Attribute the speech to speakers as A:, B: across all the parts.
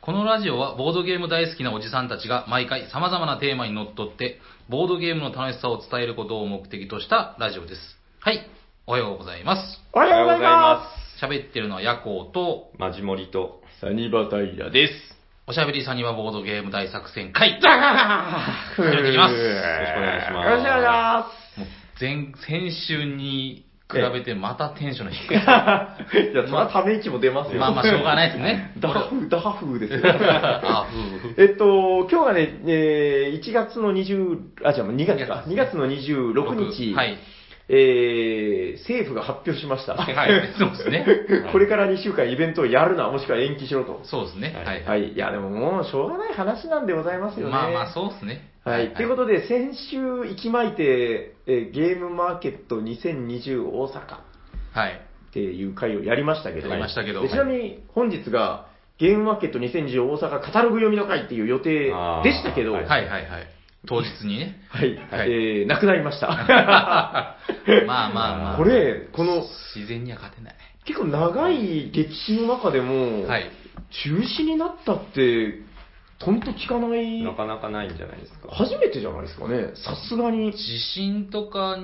A: このラジオはボードゲーム大好きなおじさんたちが毎回様々なテーマにのっとって、ボードゲームの楽しさを伝えることを目的としたラジオです。はい、おはようございます。
B: おはようございま
A: 喋ってるのはヤコウと、
C: す。マジモリと。
B: す。サニバタイラです。
A: おしゃべりさにはボードゲーム大作戦会
B: ダー
A: 始めていきます
B: よ
A: よろ
C: しくお願いします
B: よろしくお願いしま
A: 前、先週に比べてまたテンションの 低い。
B: す。いや、そらため息も出ますよ。
A: まあまあしょうがないですね
B: ダフ、ダフですよ。
A: あ、ふう。
B: えっと、今日がね、えー1月の20、あ、じゃあ2月か。2月の26日、
A: はい。
B: えー政府が発表しました。
A: はい。そうですね。
B: これから2週間イベントをやるな、もしくは延期しろと。
A: そうですね。はい。
B: はい。いや、でももうしょうがない話なんでございますよね。
A: まあまあ、そうですね。
B: はい。ということで、先週、行きまいて、えーゲームマーケット2020大阪
A: はい。
B: っていう回をやりましたけど、
A: やりましたけど
B: でちなみに本日が、ゲームマーケット2020大阪カタログ読みの会っていう予定でしたけど、は
C: あ
B: い、
C: ー
B: は
A: はいいはいはい。当日にね。はい
B: えーなくなりま した。
A: まあまあまあ。
B: これ、この、
A: 自然には勝てない。
B: 結構長い歴史の中でも、
A: はい。
B: 中止になったって、とんと聞かない、
C: なかなかないんじゃないですか。
B: 初めてじゃないですかね、さすがに。
A: 地震とかは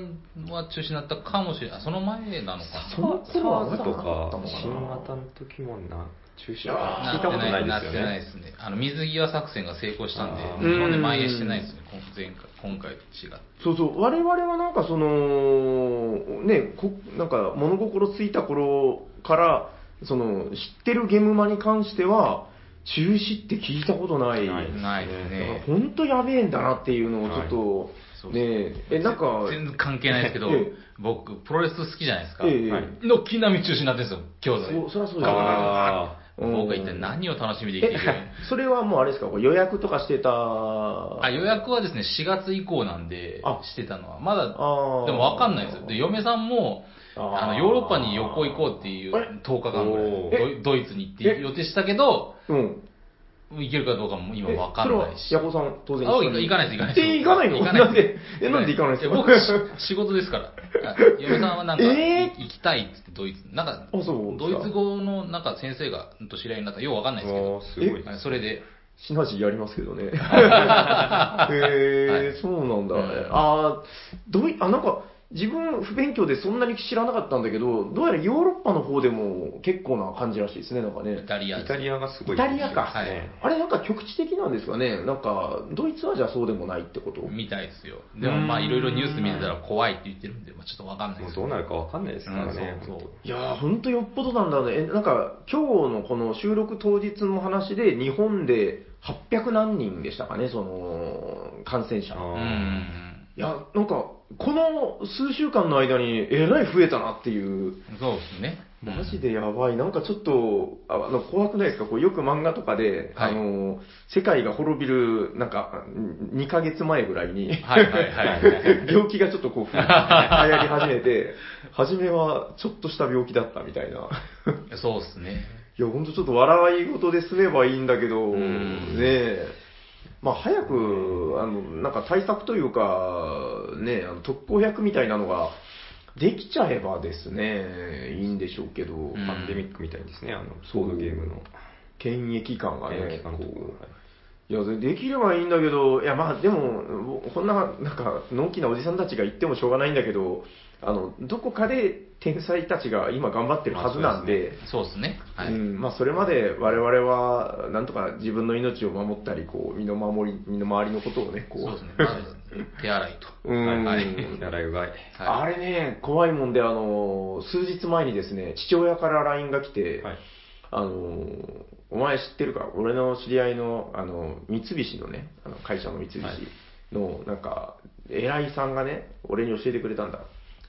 A: 中止になったかもしれない。その前なのか
B: その頃はまだ
C: と
B: なかった
C: か
B: のか、な
C: 新型の時もな、中止
B: あ
A: な。
C: は聞いたことないですよ
A: ってない
C: ね。
A: ですね。あの、水際作戦が成功したんで
C: あ、
A: そ
C: ー
A: れで蔓延してないですね。今前回、今回と違って。
B: そうそう、我々はなんかその、ね、こなんか物心ついた頃から、その、知ってるゲームマに関しては、中止って聞いたことない。
C: ないですね
A: ないです
B: だから
A: ね。
B: 本当やべえんだなっていうのをちょっと、
A: はい
B: ねえ、え、なんか、
A: 全然関係ないですけど
B: ええ、
A: 僕、プロレス好きじゃないですか。
B: ええ
C: はい
A: の木並み中止になってるんですよ、今日
B: そうそりゃそうですよ
C: あ
B: うん
A: 僕は一体何を楽しみで生きて
B: え
A: いけばいいのか、
B: それはもうあれですか、これ予約とかしてた。
A: あ予約はですね、4月以降なんで
B: あ、
A: してたのは、まだ、で
B: あー
A: もわかんないですよ。で、嫁さんも、
B: あー
A: あの、ヨーロッパに旅行行こうっていう、
B: あれ
A: 10日間ぐらいドイ、ドイツに行っ
B: え
A: て予定したけど、
B: うん。
A: 行けるかどうかも今わか
B: え
A: んないし。
B: それは、ヤコさん、当然
A: あ
B: 緒に
A: 行かないです、行かないです。
B: えー行かないのなんで、え、なんで行かないんですか
A: 僕、し仕事です から。あ嫁さんはなんか、
B: え
A: い行きたいっつってドイツ、なんか、
B: あそ う
A: ドイツ語のなんか先生がうんと知り合いになったようわかんないですけど
C: お、ーすごい。
A: はいそれで、
B: シナジーやりますけど ね。へえそうなんだ。
A: うん
B: あーどうい、あ、なんか、自分、不勉強でそんなに知らなかったんだけど、どうやらヨーロッパの方でも結構な感じらしいですね、なんかね
A: イ。タリア
C: イタリアがすごい。
B: イタリアか
C: はい
A: はい
B: あれ、なんか局地的なんですかね。なんか、ドイツはじゃあそうでもないってこと
A: みたいですよ。でもまあ
B: うーん
A: いろいろニュース見てたら怖いって言ってるんで、まあ、ちょっとわかんない
C: も
A: で
C: う
A: す
C: どうなるかわかんないですからね
A: うん。そうそう
B: いやー、ほんとよっぽどなんだね。え、なんか、今日のこの収録当日の話で、日本で800何人でしたかね、その、感染者。
A: う
C: あ
A: ん
C: ー
A: うんうん。
B: いや、なんか、この数週間の間に、えらい増えたなっていう、
A: そうですね。
B: マジでやばい、なんかちょっと、ああの怖くないですか、こうよく漫画とかで、
A: はい
B: あの世界が滅びる、なんか、ん2ヶ月前ぐらいに、
A: はいはいはい。
B: 病気がちょっとこう、ふ流行り始めて、初めはちょっとした病気だったみたいな。
A: そうですね。
B: いや、ほんとちょっと笑い事で済めばいいんだけど、
A: ん
B: ねえ。まあ、早く、あの、なんか対策というか、ねえ、あの特効薬みたいなのができちゃえばですね、いいんでしょうけど、
A: ん
C: パンデミックみたいですね、あの、
B: そう
C: ソードゲームの。
B: 検疫感がね、
C: こ
B: こ
C: う
B: う。いや、できればいいんだけど、いや、まあ、でも、こんな、なんか、のんきなおじさんたちが言ってもしょうがないんだけど、あの、どこかで天才たちが今頑張ってるはずなんで、
A: そうですね。はい。
B: うんまあ、それまで我々はなんとか自分の命を守ったりこう身の守り身の回りのことをねこう
A: そう ですね。まず、手洗いと。
B: うん
C: はい。手洗いうがい。
B: あれね怖いもんであの数日前にですね父親から LINE が来て、
C: はい。
B: あのお前知ってるか俺の知り合いのあの三菱のねあの会社の三菱のなんか偉いさんがね俺に教えてくれたんだ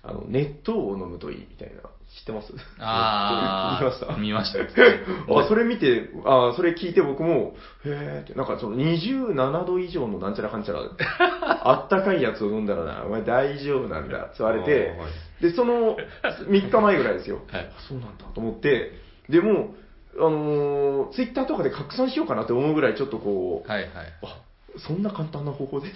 B: あの熱湯を飲むといいみたいな知ってます
A: ああ、見ました。
B: あそれ見て、あそれ聞いて僕も、へーって、なんかその27度以上のなんちゃらか んちゃら、あったかいやつを飲んだらな、お前大丈夫なんだって言われて
C: あーはい、
B: で、その3日前ぐらいですよ。
A: はい
B: あそうなんだと思って、でも、あのツイッター Twitter とかで拡散しようかなって思うぐらいちょっとこう、
A: はいはい。
B: あそんな簡単な方法で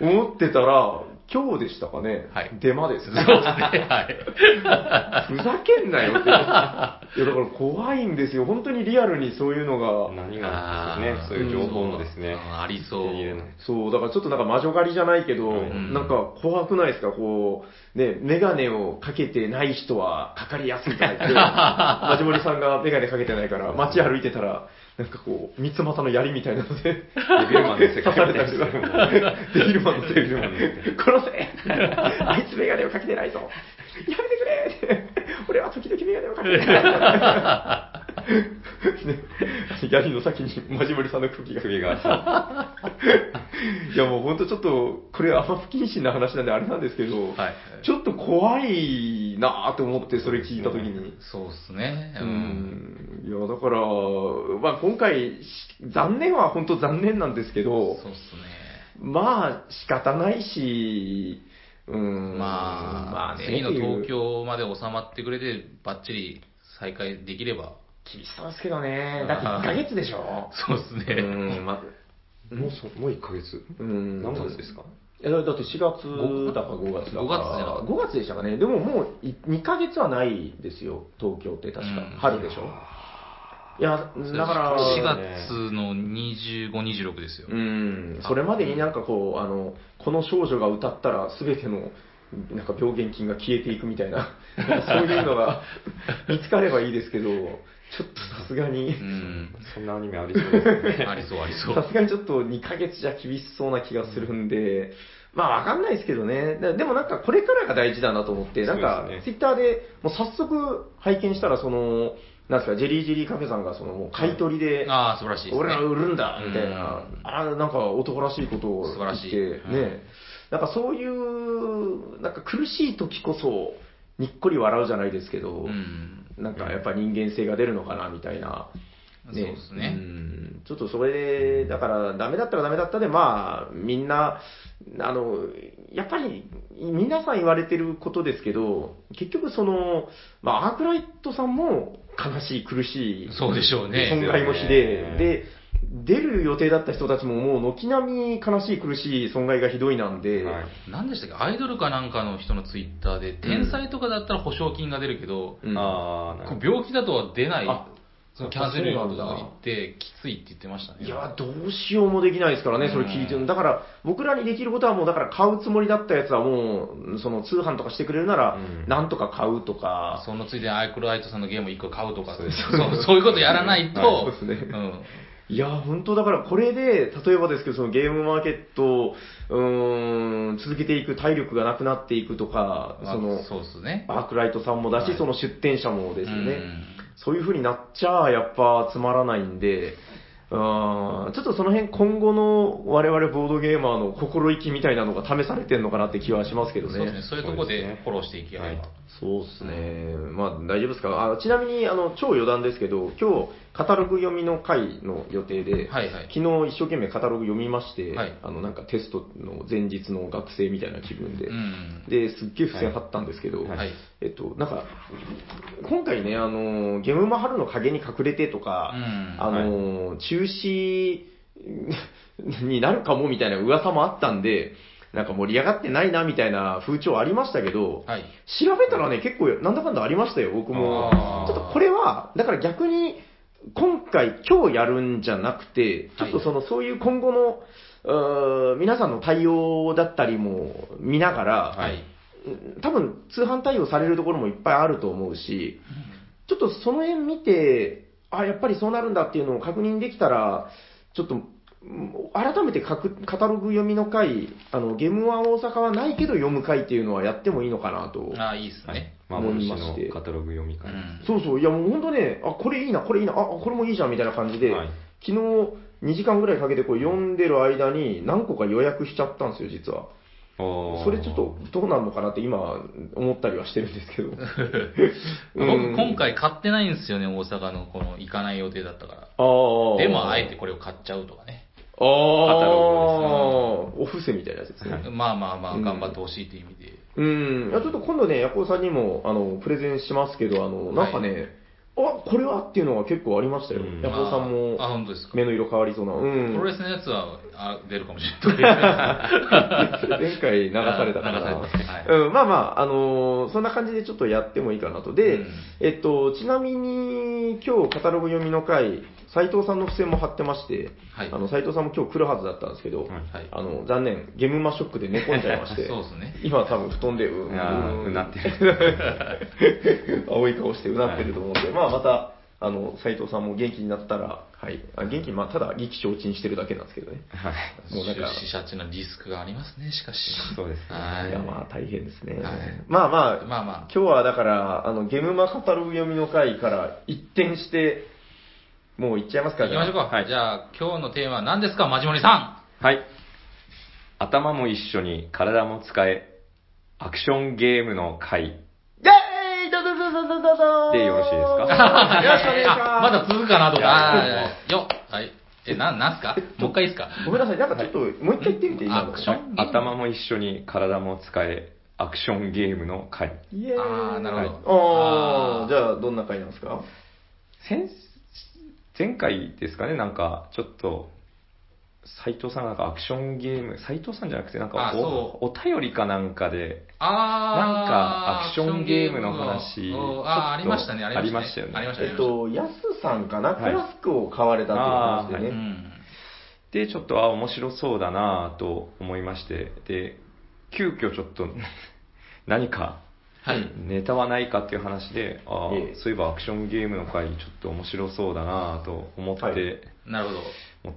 B: 思ってたら、今日でしたかね、
A: はい
B: デマです
A: そう
B: よ
A: ですね。はい。
B: ふざけんなよって。いや、だから怖いんですよ。本当にリアルにそういうのが。
C: 何があるんですかね、そういう情報のですね。
A: ありそう。
C: 手に入れない
B: そう、だからちょっとなんか魔女狩りじゃないけど、
C: うん
B: なんか怖くないですかこう、ね、メガネをかけてない人はかかりやすいとか言って、マジモリさんがメガネかけてないから、街歩いてたら、なんかこう、三つ股の槍みたいなので、
C: デビルマンの世界
B: 刺されたりとか、 デビルマンのせいで、
C: ビルマンの世
B: 殺せあいつメガネをかけてないぞやめてくれって俺は時々メガネをかけてないね槍の先にマジモリさんの首が。
C: 首がさ、
B: いやもう本当ちょっと、これあんま不謹慎な話なんであれなんですけど、
A: はい
B: ちょっと怖いなぁと思ってそれ聞いたときに。
A: そうですね。
B: う
A: うん。
B: んいや、だから、まあ今回、し残念は本当残念なんですけ
A: そう
B: ど
A: です、ね。
B: まあ仕方ないし、うん、
A: まあ、
B: ね
A: 次の東京まで収まってくれて、ばっちり再開できれば。
B: 厳しそうですけどね。だって1ヶ月で しょ
A: そうです
B: う
A: ね。
B: ん、まあ、
C: もうそ、もう1ヶ月。
B: うん。
C: 何月ですか
B: いや、だって4月だか5
A: 5月
B: 月だか。
A: じゃなかった
B: 5月でしたかね。でももうい2ヶ月はないですよ、東京って確か。
A: うん
B: 春でしょ。いや、だから、
A: 4
C: だ
A: 月の25、26ですよ。
B: うん、それまでになんかこう、あの、この少女が歌ったら全ての、なんか病原菌が消えていくみたいな、そういうのが見つかればいいですけど、ちょっとさすがに
A: う、ん。
C: そんなアニメありそうですよね。
A: ありそう、ありそう。
B: さすがにちょっと2ヶ月じゃ厳しそうな気がするんで、まあわかんないですけどね。だでもなんかこれからが大事だなと思って、なんか
C: そうですね
B: ツイッターでもう早速拝見したら、その、なんですか、ジェリージェリーカフェさんがそのもう買い取りで、
A: ああ、素晴らしいですね。
B: 俺は売るんだみたいな、
A: うん
B: ああ、なんか男らしいことを言って、
A: 素晴らしいうん
B: ね、なんかそういう、なんか苦しい時こそ、にっこり笑うじゃないですけど、
A: うん。
B: なんかやっぱ人間性が出るのかなみたいな、
A: そうですね
B: うんちょっとそれで、だから、ダメだったらダメだったで、まあ、みんな、あの、やっぱり、皆さん言われてることですけど、結局その、まあ、アークライトさんも悲しい、苦しい、
A: そうでしょうね。
B: 損害もひ
C: ですよ
B: で
C: ね
B: え、で、出る予定だった人たちももう軒並み悲しい、苦しい、損害がひどいなんで、
C: はい
A: 何でしたっけアイドルかなんかの人のツイッターで、天才とかだったら保証金が出るけど、
B: うん
C: ああ、な
A: こ
C: ん
A: う
C: か、
A: 病気だとは出ない
B: あ、
A: そのキャンセル料と
B: そうな
A: か
B: んだ
A: 言って、きついって言ってましたね。
B: いや、どうしようもできないですからね、それ聞いてるのだから、僕らにできることはもう、だから買うつもりだったやつはもう、その通販とかしてくれるなら
C: うん、
B: なんとか買うとか、
A: そのついでにアイクライトさんのゲーム1個買うとか、そ
C: そううです
A: そういうことやらないと、
B: はいそうですね
A: ん
B: いや、本当だから、これで、例えばですけど、そのゲームマーケットを、うーん、続けていく体力がなくなっていくとか、
A: まあ
B: その、
A: そうですね。
B: アークライトさんもだ
A: は
B: し
A: い、
B: その出店者もですよ
A: う
B: ね。
A: ん
B: そういう風になっちゃ、やっぱつまらないんで、うーんちょっとその辺今後の我々ボードゲーマーの心意気みたいなのが試されてるのかなって気はしますけど
A: そうですね
B: ね。。
A: そういうとこ
C: そうです
A: で
C: ね
A: フォローしていき合えば。
B: そうですね。まあ大丈夫ですか。あちなみに、あの、超余談ですけど、今日、カタログ読みの会の予定で、
A: はいはい。
B: 昨日一生懸命カタログ読みまして、
A: はい
B: あの、なんかテストの前日の学生みたいな気分で、
A: うん。
B: で、すっげえ付箋貼ったんですけど、
C: はい
A: はい。
B: えっと、なんか、今回ね、あの、ゲムマ春の影に隠れてとか
A: う、ん。
B: あの、中止 になるかもみたいな噂もあったんで、なんか盛り上がってないなみたいな風潮ありましたけど、
A: はい。
B: 調べたらね、結構なんだかんだありましたよ、僕も。
A: あー
B: ちょっとこれは、だから逆に、今回、今日やるんじゃなくて、ちょっとその、そういう今後の、うー皆さんの対応だったりも見ながら、
A: はい。
B: うん多分通販対応されるところもいっぱいあると思うし、ちょっとその辺見て、あ、やっぱりそうなるんだっていうのを確認できたら、ちょっと、うん改めてかくカタログ読みの会、あの、ゲームは大阪はないけど読む会っていうのはやってもいいのかなと。
A: ああ、いいです
C: はい
A: ね。。
C: 幻のカタログ読み
A: う
C: 会。
A: ん。
B: そうそう、いやもう本当ね、あ、これいいな、これいいな、あ、これもいいじゃんみたいな感じで、
C: はい
B: 昨日2時間ぐらいかけてこう読んでる間に何個か予約しちゃったんですよ、実は。
C: そ
B: それちょっとどうなるのかなって今思ったりはしてるんです けど。うん
A: 僕、今回買ってないんですよね、大阪のこの行かない予定だったから。
B: ああ。
A: でも、あえて。これを買っちゃうとかね。
B: ああ。
C: カタ
B: お布施みたいなやつですね。
A: まあまあまあ、
B: うん
A: 頑張ってほしいという意味で。
B: うん。いやちょっと今度ね、ヤコウさんにも、あの、プレゼンしますけど、あの、なんかね、あ、これはっていうのは結構ありましたよ
C: う。ん
B: ヤコウさんも
A: あ、あ本当ですか。
B: 目の色変わりそうな。う
A: プ
B: ん。
A: ロレスのやつは、あ出るかもしれない。
B: 前回 流されたか
A: あ
B: ら
A: 流されたはい
B: うん、まあまあ、あのーそんな感じでちょっとやってもいいかなと。で、
A: うん
B: えっと、ちなみに今日カタログ読みの回、斉藤さんの付箋も貼ってまして、
A: はい
B: あの斉藤さんも今日来るはずだったんですけど、
C: はい
A: はい
B: あの残念、ゲームマショックで寝込んじゃいまし て、
A: そうですね
B: 今多分布団でう
C: いやー
B: ん
C: うなって る。
B: 青い顔してうなってると思うんで、まあまた、あの、斉藤さんも元気になったら、はい。あ元気、まあただ意気消沈してるだけなんですけどね。
C: はい。
B: もうなん
A: 出
B: か、
A: 資者っていうのはリスクがありますね、しかし。
C: そうですね
A: はいい。
B: やまあ大変ですね。
A: はい
B: まあまあ、
A: まあまあ
B: 今日はだから、あの、ゲムマカタログ読みの回から一転して、もう行っちゃいますか
A: 行きましょうか。
C: はい
A: じゃあ、今日のテーマは何ですか、マジモリさ
C: はい。頭も一緒に体も使え、アクションゲームの回。
B: イェーイドドドドドドドー
C: でよろしいですか
B: よ
A: ん。
B: ろしくお願いします。
A: あ まだ続くかなと
C: い
A: か。
C: や
A: はいよっはい。え、な、なんすかもう一回いいっすか
B: ごめんなさい、なんかちょっと、もう一回言ってみて、
A: うん
B: 今の
A: アクション
C: 頭も一緒に体も使え、アクションゲームの回。
B: イエーイ
A: あーなるほど
B: あ
A: あ
B: ー
A: ー
B: じゃあ、どんな回なんですか
C: 先前回ですかね、なんか、ちょっと、斎藤さんがなんかアクションゲーム、斎藤さんじゃなくて、なんか
A: あそ
C: お、お便りかなんかで、なん
A: あー。
C: かアクションゲームの話
A: おあー、ありましたね、ありましたね。
C: ありま
B: えっと、ヤスさんかな、ク
C: はい
B: ラスクを買われたという話で
A: あ
B: ね。
A: りましたうん
C: で、ちょっと、あ、面白そうだなぁと思いまして、で、急遽ちょっと、 何か、
A: はい。
C: ネタはないかっていう話で、あー
B: ええ
C: そういえばアクションゲームの回、ちょっと面白そうだなぁと思って、
B: はい
A: なるほど。
C: も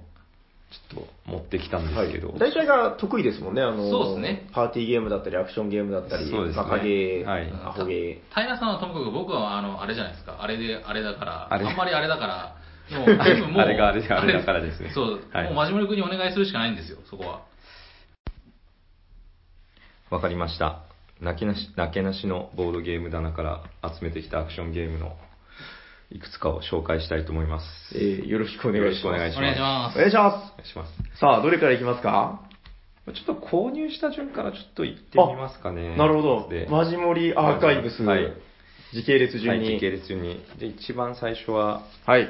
C: ちょっと持ってきたんで
B: は
C: すけ
B: い
C: ど、、
B: 大体が得意ですもんね、あの
A: そうですね
B: パーティーゲームだったり、アクションゲームだったり、
C: そうですね
B: バカゲー、
C: はい
B: アホゲ
A: 平さんはともかく僕はあのあれじゃないですかあれであれだから
C: あれ
A: あんまりあれだ からもう全部もう
C: あれがあれであれだからですね
A: そう、
C: はい
A: もう真面目君にお願いするしかないんですよそこは
C: わかりました。泣けなし、泣けなしのボードゲーム棚から集めてきたアクションゲームのいくつかを紹介したいと思います。
B: ー、えーよろしくお願いします。
C: よろしくお
A: お願
C: 願い
A: いしま
B: お
A: す
B: 願いしま
C: お願いします。
B: す。さあ、どれからいきますか、
C: ちょっと購入した順からちょっと行ってみますかね。
B: なるほど
C: で、、
B: マジモリアーカイブス、
C: はい
B: 時系列順
C: はい
B: に。
C: 時系列順に。で、一番最初は、
B: はい。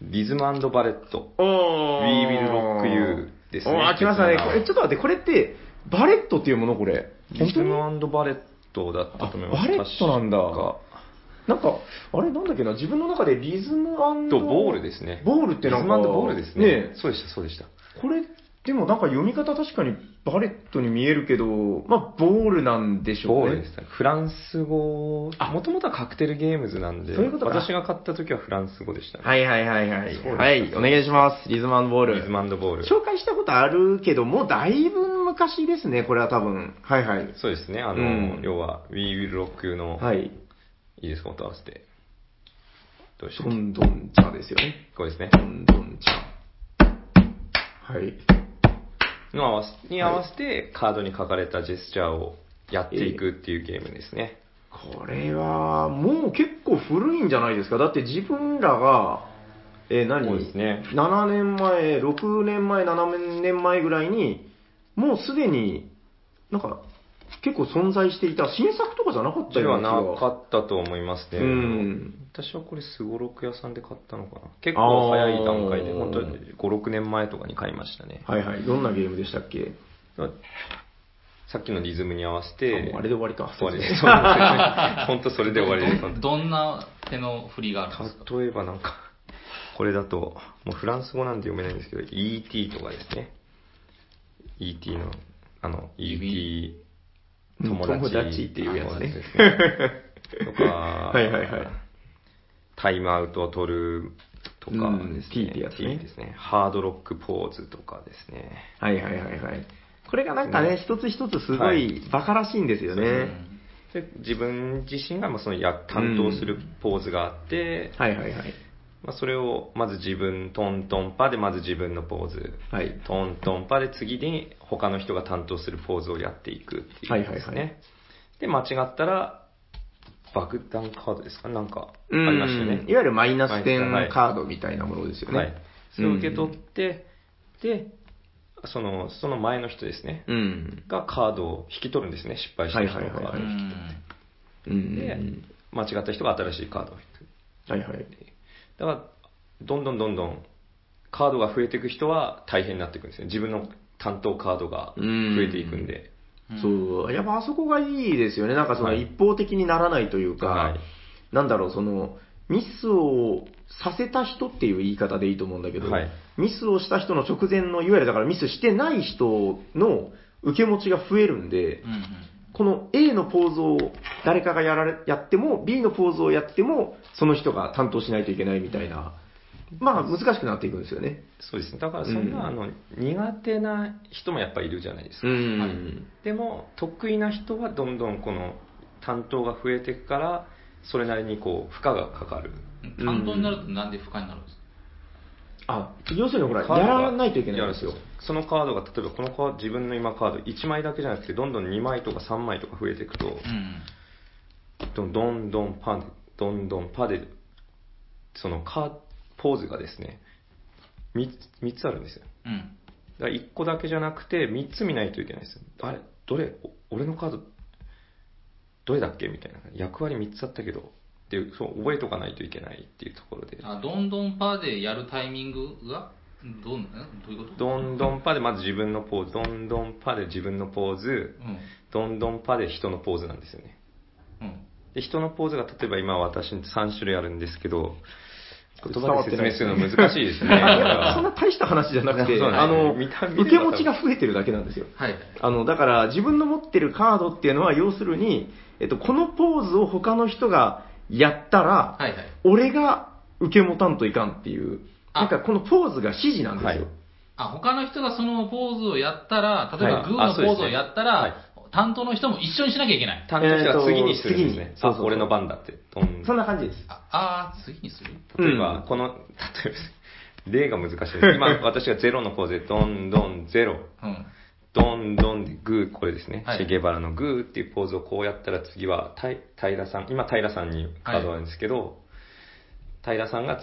C: リズムバレット。
B: お
C: We Will Rock You ですね
B: おー、来ましたね。
C: こ
B: こ
C: れ
B: れ、ちょっと待って、これって、バレットっていうものこれ。
C: リ
B: 本
C: ズ
B: 当に
C: ムバレットだったと思います。
B: あバレットなんだ
C: 確か
B: なんか、あれなんだっけな、自分の中でリズム
C: と、ボールですね。
B: ボールってなんか
C: リズムボールです
B: ね
C: ね
B: え。
C: そうでした、そうでした。
B: これ、でもなんか読み方確かにバレットに見えるけど、まあ、ボールなんでしょうね。
C: ボールですね。フランス語、もともとはカクテルゲームズなんで、
B: そういうことか
C: 私が買った時はフランス語でしたね。
B: はいはいはいはい。
C: そうです
B: はい、お願いします。リズムボール。
C: リズムボール。
B: 紹介したことあるけど、もうだいぶ昔ですね、これは多分。はいはい。
C: そうですね、あの、
B: うん
C: 要は、We Will Rock You の、、
B: はいい。
C: いですか、音合わせて。どうし
B: ど
C: よう。
B: んどん茶ですよね。
C: これですね
B: ど。んどん茶。はい。
C: の合わせに合わせて、カードに書かれたジェスチャーをやっていくっていうゲームですね。
B: これは、もう結構古いんじゃないですか。だって自分らが、えー何
C: そうですね
B: 7年前、6年前、7年前ぐらいに、もうすでに、なんか、結構存在していた、新作とかじゃなかった
C: で
B: よ
C: は
B: うな
C: な
B: 気が。
C: かったと思いますね。
B: うん。
C: 私はこれ、すごろく屋さんで買ったのかな。結構早い段階で、
B: あー
C: 本当に5、6年前とかに買いましたね。
B: はいはい。どんなゲームでしたっけ、
C: さっきのリズムに合わせて、
B: ああれで終わりか。
C: 終わりです。本当それで終わりです。
A: どんどんな手の振りがあるんですか
C: 例えばなんか、これだと、もうフランス語なんで読めないんですけど、ET とかですね。ET の、あの、ET
A: 指
C: 友達
B: 友達っていうやつね
C: 友達ですねとか、
B: はいはいはい
C: タイムアウトを取るとかですね。
B: うん T ってやつね
C: T ですね。ハードロックポーズとかですね。
B: はいはいはいはい。これがなんかね、一つ一つすご
C: はいい
B: バカらしいんですよね。
A: うん
C: で自分自身がまあそのや担当するポーズがあって、
B: はいはいはい。
C: まあ、それをまず自分トントンパでまず自分のポーズ
B: はい。
C: トントンパで次に他の人が担当するポーズをやっていくっていう
B: はい
C: で
B: はいはい
C: すね、で間違ったら爆弾カードですかなんかあ
B: うん
C: りましたね
B: いわゆるマイナス点
C: はい
B: カードみたいなものですよね。
C: はいそれを受け取って、でそのその前の人ですね、
B: うん。
C: がカードを引き取るんですね失敗した人が、
B: はいはいは
A: う
B: い
A: ん
B: うん。うん
C: で間違った人が新しいカードを引く
B: はいはい。
C: だからどんどんどんどんカードが増えていく人は大変になっていくんですよ。自分の担当カードが増えていくんで。
B: そう、やっぱあそこがいいですよね。なんかその
C: はい
B: 一方的にならないというか、
C: はい
B: なんだろう、その、ミスをさせた人っていう言い方でいいと思うんだけど、
C: はい
B: ミスをした人の直前の、いわゆるだからミスしてない人の受け持ちが増えるんで、
A: うんうん
B: この A のポーズを誰かがやられやっても、B のポーズをやっても、その人が担当しないといけないみたいな、まあ難しくなっていくんですよね。
C: そうですね。だからそんな、
B: うん
C: あの苦手な人もやっぱいるじゃないですか。
B: ん
A: は
C: でも得意な人はどんどんこの担当が増えていくから、それなりにこう負荷がかかる。
A: うん担当になるとなんで不可になるんですか
B: あ、要するにほら、
C: カード
B: や
C: が
B: らないといけないんですよ
C: や。らそのカードが例えばこのカード自分の今カード1枚だけじゃなくてどんどん2枚とか3枚とか増えていくと、
A: うん
C: どんどんどんパンで、どんどんパで、そのカーポーズがですね、3, 三つあるんですよ。
A: うんうん
C: だから1個だけじゃなくて3つ見ないといけないんですよ。あれどれお俺のカード、どれだっけみたいな。役割3つあったけど、っていう、そう、覚えとかないといけないっていうところで。
A: あどんどんパーでやるタイミングがどうなどういうこと
C: どんどんパでまず自分のポーズ、どんどんパで自分のポーズ、
A: うん
C: どんどんパで人のポーズなんですよね。
A: うん
C: で人のポーズが例えば今私3種類あるんですけど
B: これ
C: 言葉で説明するの難しいですねだ か
B: そんな
C: ら
B: 大した話じゃなくて、
C: そうなんです
B: あの、
C: 見た見れば
B: 受け持ちが増えてるだけなんですよ。
A: はい
B: あの、だから自分の持ってるカードっていうのは、要するに、えっと、このポーズを他の人がやったら、
A: はいはい
B: 俺が受け持たんといかんっていう、
A: あ
B: なんかこのポーズが指示なんですよ。
C: はい
A: あ他の人がそのポーズをやったら例え
C: は
A: ば
C: い
A: グー
C: あ
A: の
C: そうで
A: ポ
C: すね
A: ーズをやったら、
C: はい
A: 担当の人も一緒にしなきゃいけない
C: 担当者が次にするんです
B: えー
C: ね
B: と、次にそうそう
C: あ俺の番だってどん
B: そんな感じです。
A: ああー次にする
C: 例えば、
B: うん
C: この例えば例が難しいです今私がゼロのポーズでどんどんゼロ
A: うん
C: どんどんでグーこれですね、
A: はい
C: シゲバラのグーっていうポーズをこうやったら次はたい平さん今平さんにカードなんですけど、平さんが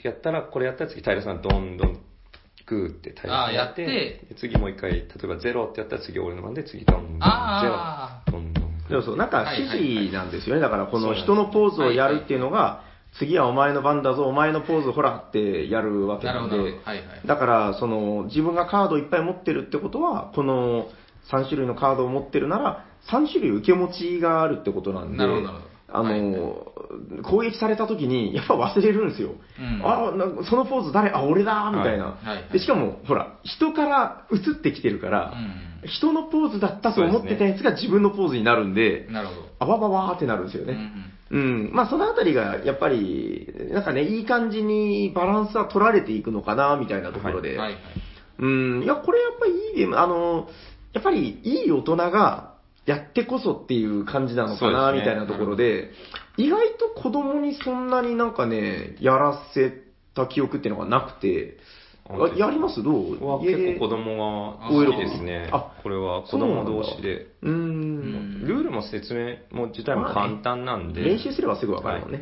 C: つやったらこれやったら次平さんどんどんグーって平さ
A: あー
C: ん
A: やって
C: で次もう一回例えばゼロってやったら次俺の番で次どんどんゼ
A: あ
C: ロどんどんグ
B: そう
C: ー
B: そう、なんか指示なんですよね。だからこの人のポーズをやるっていうのが、次はお前の番だぞ、お前のポーズほらってやるわけ
A: なるほ
B: なん
A: どなる
B: で
A: ほど、はいはい
B: だから、その、自分がカードをいっぱい持ってるってことは、この3種類のカードを持ってるなら、3種類受け持ちがあるってことなんで、
A: なるほどなるほど
B: あの、攻撃された時に、やっぱ忘れるんですよ。
A: うん
B: あなんかそのポーズ誰あ、俺だみたいな、
A: はいはいはい
B: で。しかも、ほら、人から移ってきてるから、
A: う
B: 人のポーズだったと思ってたやつが自分のポーズになるんで、
A: んなるほど
B: あわわわーってなるんですよ
A: うんう
B: ね。
A: ん
B: うん。まあそのあたりが、やっぱり、なんかね、いい感じにバランスは取られていくのかな、みたいなところで。
A: はいはい
B: うん。いや、これやっぱりいいゲーム、あの、やっぱりいい大人がやってこそっていう感じなのかな、
C: そうで
B: み
C: す
B: た
C: ね
B: いなところで、意外と子供にそんなになんかね、やらせた記憶っていうのがなくて、
C: 本当
B: あ
C: です
B: やりますどう
C: は
B: 家で
C: 結構子供が
A: 多いの
C: 好き
A: か
C: ですね
B: あ
C: これは子供同士で
B: うーん。
A: ん
C: ルールも説明も自体も簡単なんで、
B: 練習すればすぐわかるもんね。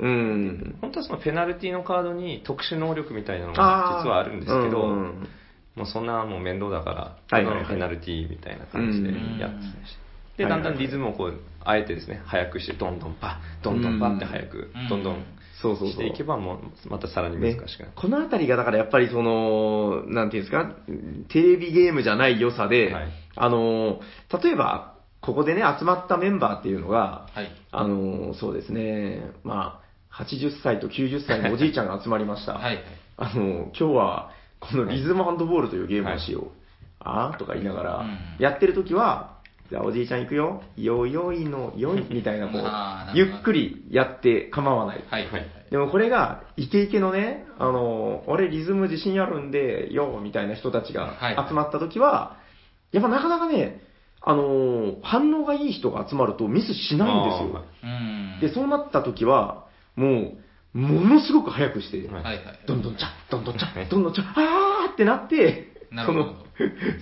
B: うん。
C: 本当はそのペナルティのカードに特殊能力みたいなの
B: あ
C: が
B: ー
C: 実はあるんですけど、
B: うん
C: もうそんなもう面倒だから、
B: はいはいはい
C: ただのペナルティみたいな感じでやってました。で、
B: うん
C: だんだんリズムをこう、あえてですね、速くして、どんどんパッ、どんどんパッって速く
A: うん、
C: どんどん
B: そうそうそう。
C: していけば、もうまたさらに難
B: ね
C: しくなる。
B: このあたりが、だからやっぱりその、なんていうんですか、テレビゲームじゃない良さで、
C: はい
B: あの、例えば、ここでね、集まったメンバーっていうのが、
A: はい
B: あの、そうですね、まあ、80歳と90歳のおじいちゃんが集まりまし た。
A: はいはい
B: あの、今日は、このリズムハンドボールというゲームをしよう。あーとか言いなが
A: う
B: ら
A: ん、
B: やってる時は、じゃあおじいちゃん行くよ、よいよいの よい、みたいな、こ
A: あーな
B: う、ゆ
A: るほど
B: っくりやって構わない。
A: はいはい
B: でもこれが、イケイケのね、あの、俺リズム自信あるんで、よーみたいな人たちが
A: はい
B: 集まった時は、やっぱなかなかね、あの、反応がいい人が集まるとミスしないんですよ。
A: うん
B: で、そうなった時は、もう、ものすごく早くして、
C: はい
A: はいはい
B: どんどんちゃ、どんどんちゃ、どんどんちゃ、あーってなって、
A: なる
B: そ
A: ほ
B: の
A: ど、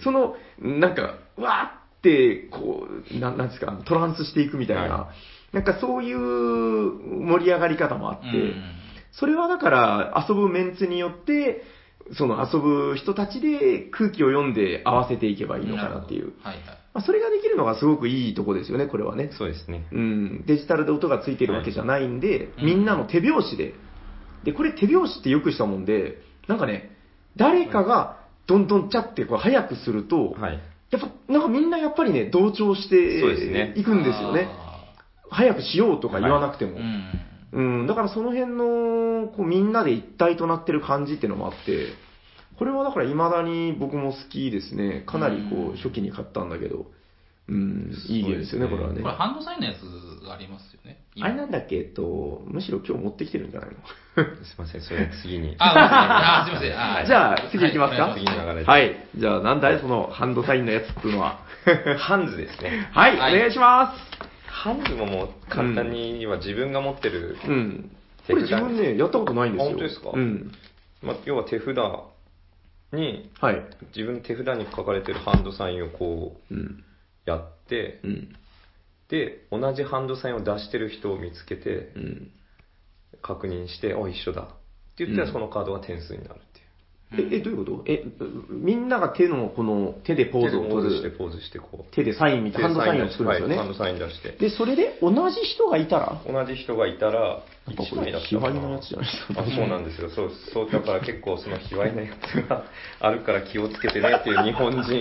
B: その、 なんか、わーって、こう、ななんですか、トランスしていくみたいな、
C: は
B: なんかそういう盛り上がり方もあって、
A: うん
B: それはだから、遊ぶメンツによって、その遊ぶ人たちで空気を読んで合わせていけばいいのかなっていう
A: る。ほどはいはい
B: まあ、それができるのがすごくいいとこですよね、これはね。
C: そうですね。
B: うん、デジタルで音がついてるわけじゃないんで、
A: はい
B: みんなの手拍子で、で、これ手拍子ってよくしたもんで、なんかね、誰かがどんどんちゃってこう早くすると、
C: はい。
B: やっぱなんかみんなやっぱりね、同調して
C: そうですね
B: いくんですよね。
A: あ
B: 早くしようとか言わなくて
A: ー
B: も。
A: うん。
B: うん、だからその辺のこうみんなで一体となってる感じっていうのもあって、これはだから未だに僕も好きですね。かなりこ
A: うん
B: う初期に買ったんだけど、うん、いいゲームですよね、
C: そう
B: これは
C: ですね
B: ね
A: これ。ハンドサインのやつがありますよね。
B: あれなんんだっけ、えっと、むしろ今日持ってきてるんじゃないの
C: すいません、それ次に。
A: あ、ごめんなさいあーすいません。
B: じゃあ、次行きますか、
A: は
B: はいい、
A: お願い
C: 次に流れて
B: じゃあ、なんだいそのハンドサインのやつっていうの は。
C: ハンズですね。
B: はい、
A: はい
B: お願いしま
C: ハンズももう簡単には自分が持ってる、
B: す。うん。
C: 手
B: こ
C: 札
B: れ自分ね、やったことないんですよ。
C: あ本当ですか
B: うん。
C: まあ、要は手札に、
B: はい。
C: 自分の手札に書かれてるハンドサインをこ
B: うん。
C: うやって、
B: うん。
C: で、同じハンドサインを出してる人を見つけて
B: う、ん。
C: 確認して、あ、一緒だ。って言った
B: う
C: ら
B: ん
C: そのカードが点数になるっていう。
B: え、え、どういうことえ、みんなが手のこの手でポーズを
C: 手でポ
B: 取
C: ーズして、
B: る。
C: ポーズしてこう。
B: 手でサインみたいな、ハンドサインを作るんですよね。
C: はいハンドサイン出して。
B: で、それで同じ人がいたら、
C: 同じ人がいたら、
B: やっぱ
C: 1
B: こ
C: 枚
B: れ
C: だった、
B: 卑
C: か
B: 猥なやつじゃないですか。
C: あそうなんですよそうそうだから結構その卑猥なやつが あるから気をつけてねっていう日本人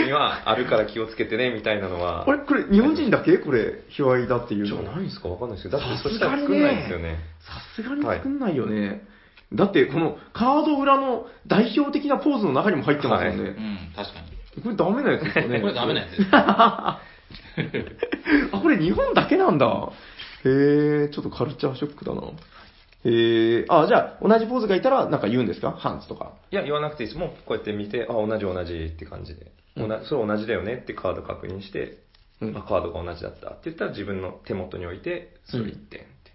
C: にはあるから気をつけてねみたいなのは
B: あれ、これ、日本人だけこれ、卑猥だっていう
C: じゃ
B: の。
C: ないんですかわかんないですよだって
B: さ
C: そ
B: す
C: した
B: が
C: ら
B: にね
C: 作んないですよね
B: さすがに作んないよね。だって、このカード裏の代表的なポーズの中にも入ってますよね。
A: うん、確かに。
B: これダメなやつですよね。
A: これダメなやつ です。
B: あ、これ日本だけなんだ。へえ、ちょっとカルチャーショックだな。へえ、あ、じゃあ、同じポーズがいたら、なんか言うんですかハンズとか。
C: いや言わなくていいですもうこうやって見てあ同じ同じって感じで、
B: うん
C: 同じそれ同じだよねってカード確認して、
B: うん
C: あカードが同じだったって言ったら自分の手元に置いてそれ1点って、
B: へ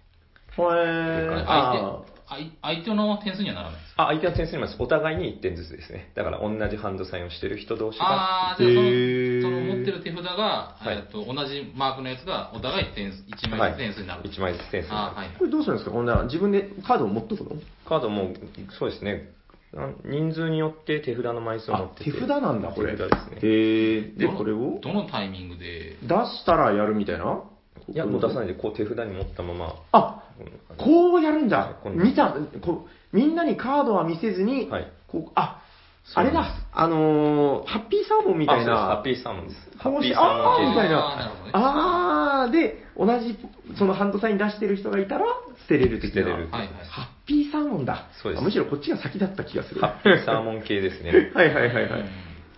B: え
A: 相手相相手の点数にはならないです。
C: あ相手の点数にもですお互いに1点ずつですねだから同じハンドサインをしてる人同士が
A: ああー、じゃあその
B: へー
A: その持ってる手札が、
C: はい
A: えっと同じマークのやつがお互い点数、1枚ずつ点数になる。
C: はい、1枚ずつ点数にな
A: あ
C: る
A: ーはい。
B: これどうするんですかこんな自分でカードを持っとくの
C: カードもそうですねなん人数によって手札の枚数を持
B: あ
C: っ、て
B: 手
C: て
B: 札なんだ、これ。
C: 手札ですね
B: へえ、で、
A: どの
B: これを
A: どのタイミングで、
B: 出したらやるみたいない
C: やもう出さない
B: い。
C: でこう手札に持ったまま
B: あ、
C: こんな感じ
B: こうやるんだ
C: こ。んな
B: 見た、こう、みんなにカードは見せずに、
C: はい
B: こう、あ、
C: そ
B: あ
C: う
B: れ
C: なんです
B: だ、あのーハッピーサーモンみたいな。
C: あそうですハッピーサーモンですハ
B: こ
C: ッ
B: う
C: ピ
B: して、
C: ーサーモ
B: あー
C: ン系
B: みたい
A: あーなるほどね
B: な。あー、で、同じ、そのハンドサイン出してる人がいたら、捨てれる的な。
C: 捨てれる
A: はいはい。
B: ハッピーサーモンだ。
C: そうです
B: あむしろこっちが先だった気がする。
C: ハッピーサーモン系ですね
B: はいはいはいは
A: う
B: い
A: ん。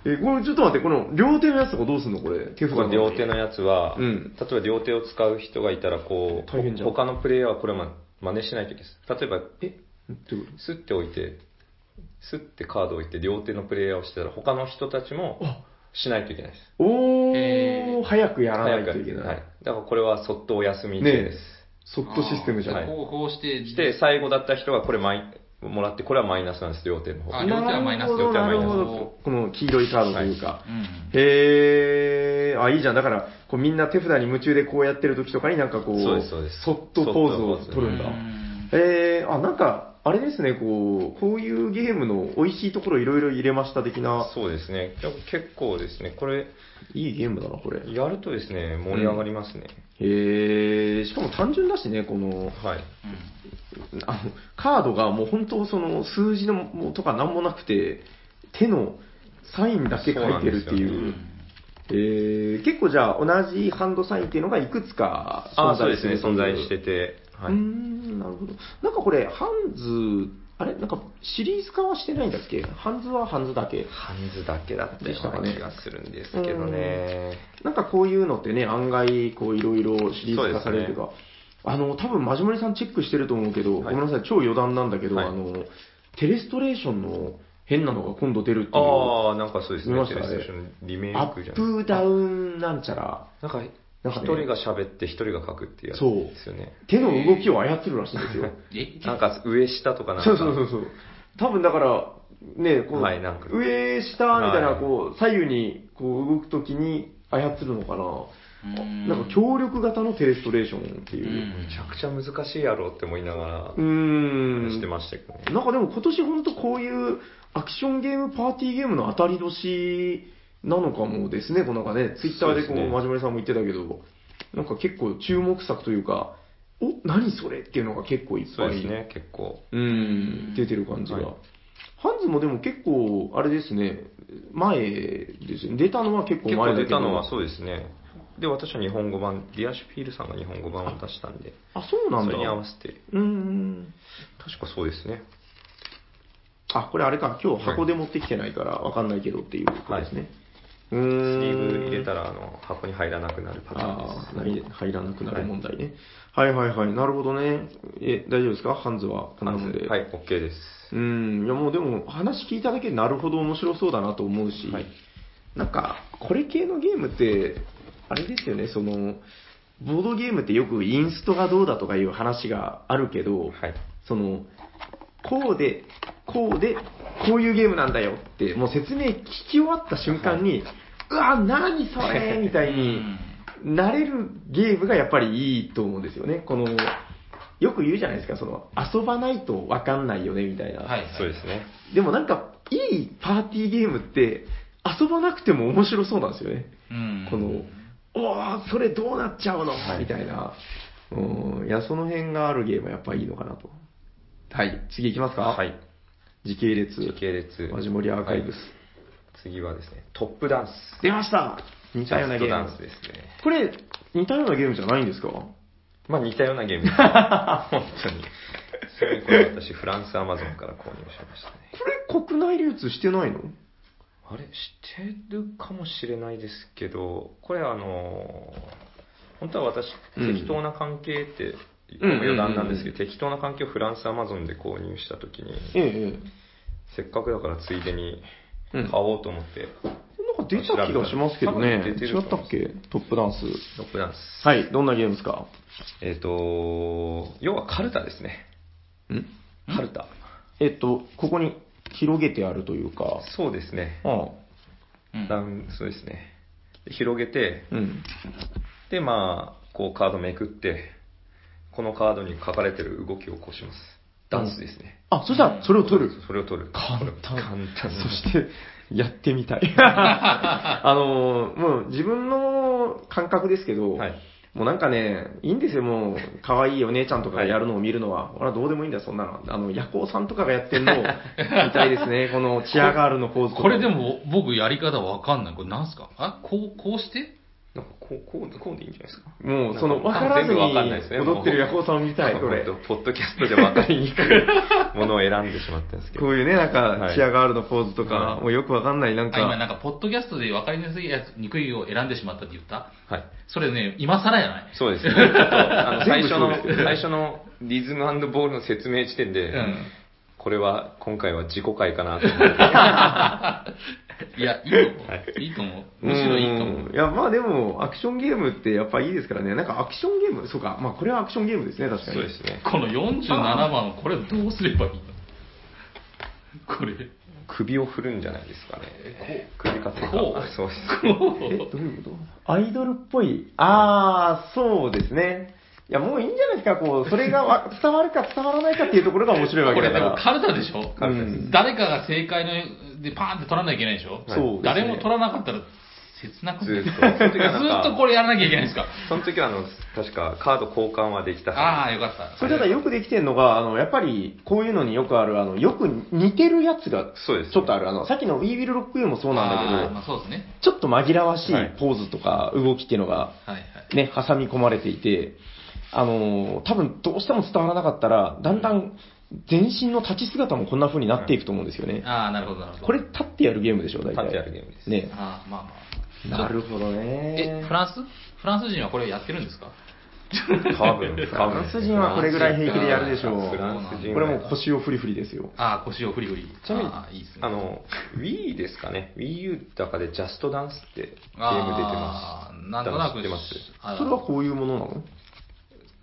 B: え、これちょっと待って、この両手のやつとかどうすんのこれ。手札
C: こ
B: の
C: れ両手のやつは、
B: うん
C: 例えば両手を使う人がいたらこう
B: 大変じゃん
C: 他のプレイヤーはこれをま真似しないといけないです例えば
B: え、どういうこ
C: スッて置いてスッてカードを置いて両手のプレイヤーをしてたら他の人たちも
B: とあ
C: しないといけないです
B: お
A: えー
B: ー、早くやらないといけ
C: は
B: ないい。。
C: だからこれはそっとお休み制です。
B: ソフトシステムじゃな
A: あー
B: い。
A: こうこうして、
C: して、最後だった人がこれマイもらって、これはマイナスなんです、両手の方。
A: あ両手はマイナス
B: なるほど、
C: 両手は
B: な
C: マイ
B: る
C: ナス
B: ほど。この黄色いカードというか。
A: うん。
B: へえ、あ、いいじゃん。だから、こうみんな手札に夢中でこうやってる時とかになんかこう、
C: そうですそうです
B: そっとポーズを
C: そっとポーズ
B: 取るんだ
A: う。ん
B: えー、あ、なんか、あれですね、こう、こういうゲームの美味しいところいろいろ入れました的な、
C: そうですね。いや結構ですね、これ、
B: いいゲームだな、これ。
C: やるとですね、盛り上がりますね。
B: へー、しかも単純だしね、この、
C: はい。
A: うん
B: あの、カードがもう本当その数字のもうとかなんもなくて、手のサインだけ書いてるってい
C: そう
B: う。
A: うん
B: えー結構じゃあ同じハンドサインっていうのがいくつか
C: あ
B: 存在
C: ーそうですね、
B: るとい
C: 存在してて。はいう
B: ー。ん、なるほど。なんかこれ、ハンズ、あれなんかシリーズ化はしてないんだっけハンズはハンズだけ。
C: ハンズだけだったような気がするんですけどね。
B: なんかこういうのってね、案外、こういろいろシリーズ化されるというか、あの、多分マジモリさんチェックしてると思うけど、
C: はい
B: ごめんなさい、超余談なんだけど、
C: はい
B: あの、テレストレーションの変なのが今度出るっていう、
C: ああ、なんかそうですね
B: 見ま、し
C: テ
B: た
C: レ
B: ね
C: ステーションリメイ
B: ア
C: クじ
B: ッ
C: ゃない
B: プダウンなんちゃら、
C: なんか、
B: なんか
C: 一
B: ね
C: 人が喋って一人が書くっていうやつ
B: そう
C: ですよね。
B: 手の動きを操るらしいんですよ。
A: え
C: なんか上下とかなんか。
B: そうそうそうそう。多分だから、ね、こう、
C: はいなんか
B: 上、下みたいな、
C: はい
B: こう、左右にこう動くときに操るのかな。
A: うん
B: なんか協力型のテレストレーションっていう。
A: うん
C: めちゃくちゃ難しいやろって思いなが
B: うー
C: ら、
B: ん。
C: してましたけどね。
B: なんかでも今年本当こういうアクションゲーム、パーティーゲームの当たり年なのかもですね、こうなんかね、ツイッターでこ
C: そ
B: う、
C: うですね
B: まじまりさんも言ってたけど、なんか結構注目作というか、お何それっていうのが結構いっ
C: そ
B: ぱ
C: うで
B: い
C: すね、結構。
B: うん、出てる感じが。は、
C: はいい
B: ハンズもでも結構、あれですね、前ですよね。出たのは結構
C: 結
B: 前
C: 構
B: だけど
C: 出たのはそうですね。で、私は日本語版、ディアシュフィールさんが日本語版を出したんで、
B: あ、そうなん
C: そ
B: だ。
C: れに合わせて、
B: うーん。
C: 確かそうですね。
B: あ、これあれか、今日箱で持ってきてないからわかんないけどっていうことですね。う
C: スリ
B: ーん。
C: ーブ入れたら、あの、箱に入らなくなるパターンです。
B: ああ、何入らなくなる問題ね、はい。はいはいはいなるほどね。え、大丈夫ですかハンズはこんなもんで。
C: はい、OK です。
B: うん、いやもうでも話聞いただけでなるほど面白そうだなと思うし、
C: はい
B: なんか、これ系のゲームって、あれですよね、その、ボードゲームってよくインストがどうだとかいう話があるけど、
C: はい。
B: その、こうで、こうで、こういうゲームなんだよって、もう説明聞き終わった瞬間に、うわ、何それみたいになれるゲームがやっぱりいいと思うんですよね。この、よく言うじゃないですか、その、遊ばないとわかんないよね、みたいな。
A: はい
C: そうですね。
B: でもなんか、いいパーティーゲームって、遊ばなくても面白そうなんですよね。
A: うん
B: この、おー、それどうなっちゃうの
C: はい
B: みたいな。うん、いや、その辺があるゲームはやっぱいいのかなと。はい、次いきますか。
C: はい。
B: 時系列。
C: 時系列。
B: マジモリアーカイブス。
C: はい次はですね、トップダンス。
B: 出ました似たようなゲ
C: ジャ
B: ー
C: ストダンス
B: ム。
C: ですね。
B: これ、似たようなゲームじゃないんですか
C: まあ似たようなゲー ムです。本当に。それこれ私、フランスアマゾンから購入しましたね。
B: これ、国内流通してないの
C: あれ、してるかもしれないですけど、これあのー、本当は私、
B: うん
C: 適当な関係って、
B: うんうんうん
C: 余談なんですけど、適当な関係をフランスアマゾンで購入したときに、
B: えええ
C: せっかくだからついでに
B: え。うん。
C: 買おうと思って、
B: なんか出た気がしますけどね
C: 多。分出てる
B: 違
C: と
B: っ
C: 思
B: た
C: いま
B: っ
C: す
B: けトップダンス。
C: トップダンス。
B: はい、どんなゲームですか
C: えっ、と、要はカルタですね。
B: ん
C: カルタ。
B: えっと、ここに広げてあるというか、
C: そうですね。
B: ああ
A: うん
C: ダウン、そうですね。で広げて、
B: うん。
C: で、まあ、こうカードめくって、このカードに書かれてる動きを起こします。ダンスですね。
B: あ、そしたら、それを取る。
C: それを取る。
B: 簡単
C: これ簡単。
B: そして、やってみたい。 あのーもう自分の感覚ですけど、
C: はい。
B: もうなんかね、いいんですよ、もう、可愛いお姉ちゃんとかがやるのを見るのは。俺はどうでもいいんだよ、そんなの。あの、夜行さんとかがやってるのを見たいです ね、このチアガールのポーズとか
A: これでも僕やり方わかんない。これなんすかあ、こう、こうして
C: なんかこう、こう、こうでいいんじゃないですか。
B: もう、その、
C: な
B: わ
C: んか
B: からずに
C: 全部わかんないですね
B: 踊ってる夜行さんを見たい、これ。
C: ほんとポッドキャストじゃ分かりにくいものを選んでしまったんですけ ど。
B: こういうね、なん
C: は
B: か、
C: い
B: チアガールのポーズと
C: は
B: か、
C: い
B: もうよくわかんない、なん
A: あ、今なん
B: か、
A: か、ポッドキャストでわかりにくいやつ、にくいを選んでしまったって言った
C: はい。
A: それね、今更やない
C: そうですね。ちょっと、あの、最
B: 全部
C: 初
B: そう
C: の
B: ですよ、ね
C: 最初のリズムボールの説明時点で、これは、今回は自己回かなと思って。
A: いや、いいと思う。いいと思う。むしろいいと思う。
B: うんいや、まあでも、アクションゲームってやっぱいいですからね。なんかアクションゲーム、そうか、まあこれはアクションゲームですね、確かに。
C: そうですね。
A: この47番、これどうすればいいのこれ。
C: 首を振るんじゃないですかね。首か手か
A: こう。
C: そうです。
B: え、
A: こ
B: どういうことアイドルっぽい。あー、そうですね。いや、もういいんじゃないですか、こう、それがわ伝わるか伝わらないかっていうところが面白いうわ
A: こ
B: けだ
A: れ
B: か
A: でも
B: ら。
A: カルタでしょ
B: う
C: カルタ
B: ん、
A: 誰かが正解の、でパーンって取らなきゃいけないでしょ
B: そうですね
A: 誰も取らなかったら、切なく
C: ず
A: な
C: ー
A: る
C: っと。
A: ず
C: その時は
A: ー
C: な
A: っと
C: んか
A: これやらなきゃいけないんですか。
C: その時はあの、確かカード交換はできたは
A: ああ、よかった。
B: それただよくできてるのが、あの、やっぱり、こういうのによくある、あの、よく似てるやつが、
C: ず。そうです。
B: ちょっとある。あの、さっきの We Will Rock You もそうなんだ
A: あ
B: け
A: ー
B: ど
A: ま、あ、そうですね。
B: ちょっと紛らわしい
C: はい
B: ポーズとか動きっていうのが、
A: はいはい。
B: ね、挟み込まれていて、あのー多分どうしても伝わらなかったら、だんだん全身の立ち姿もこんな風になっていくと思うんですよね。
A: ああ、なるほど、なるほど。
B: これ、立ってやるゲームでしょ、大体。
C: 立ってやるゲームです
B: ね。
A: ああ、まあまあ。
B: なるほどね
A: え、。フランスフランス人はこれをやってるんですか
C: 多分、
B: フランス人はこれぐらい平気でやるでしょう。
C: フランス人
B: これ
C: は
B: もう腰をフリフリですよ。
A: ああ、腰をフリフリ。
C: ちなみに
A: ああ、いいですね。
C: あの、Wii ですかね。WiiU だかで Just Dance ってゲーム出てま
A: あーなんとな
C: 知
A: く
C: ってます
A: あ
B: それはこういうものなの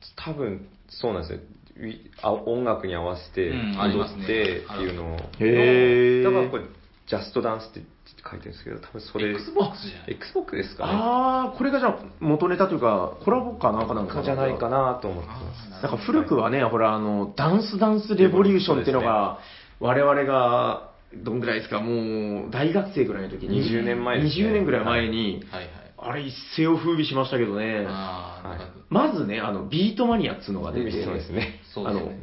C: す。多分、そうなんですね。Wii あ音楽に合わせて
A: うんあり
C: 踊
A: ます
C: っ
A: ね
C: てっていうのを。
B: へー
C: だからこれ、Just Dance って書いてるんですけど、多分それ、
A: Xbox じゃない
C: Xbox ですかね。
B: あー、これがじゃあ元ネタというか、コラボかなんかなのかな
C: じゃないかなと思ってま
A: あ
C: す。
A: ー
B: なんか古くはね、ほら、あの、ダンスダンスレボリューションってのが、我々が、どんぐらいですか、もう、大学生ぐらいの時に。
C: 20年前ですね
B: 20年ぐらい前に、
A: はいはい。
B: あれ一世を風靡しましたけどね。
A: ああ、なんか
C: は
B: まずね、あの、ビートマニアっつうのが出て、
C: そうですね。
A: そう
B: あ
A: です
B: の
A: ね。、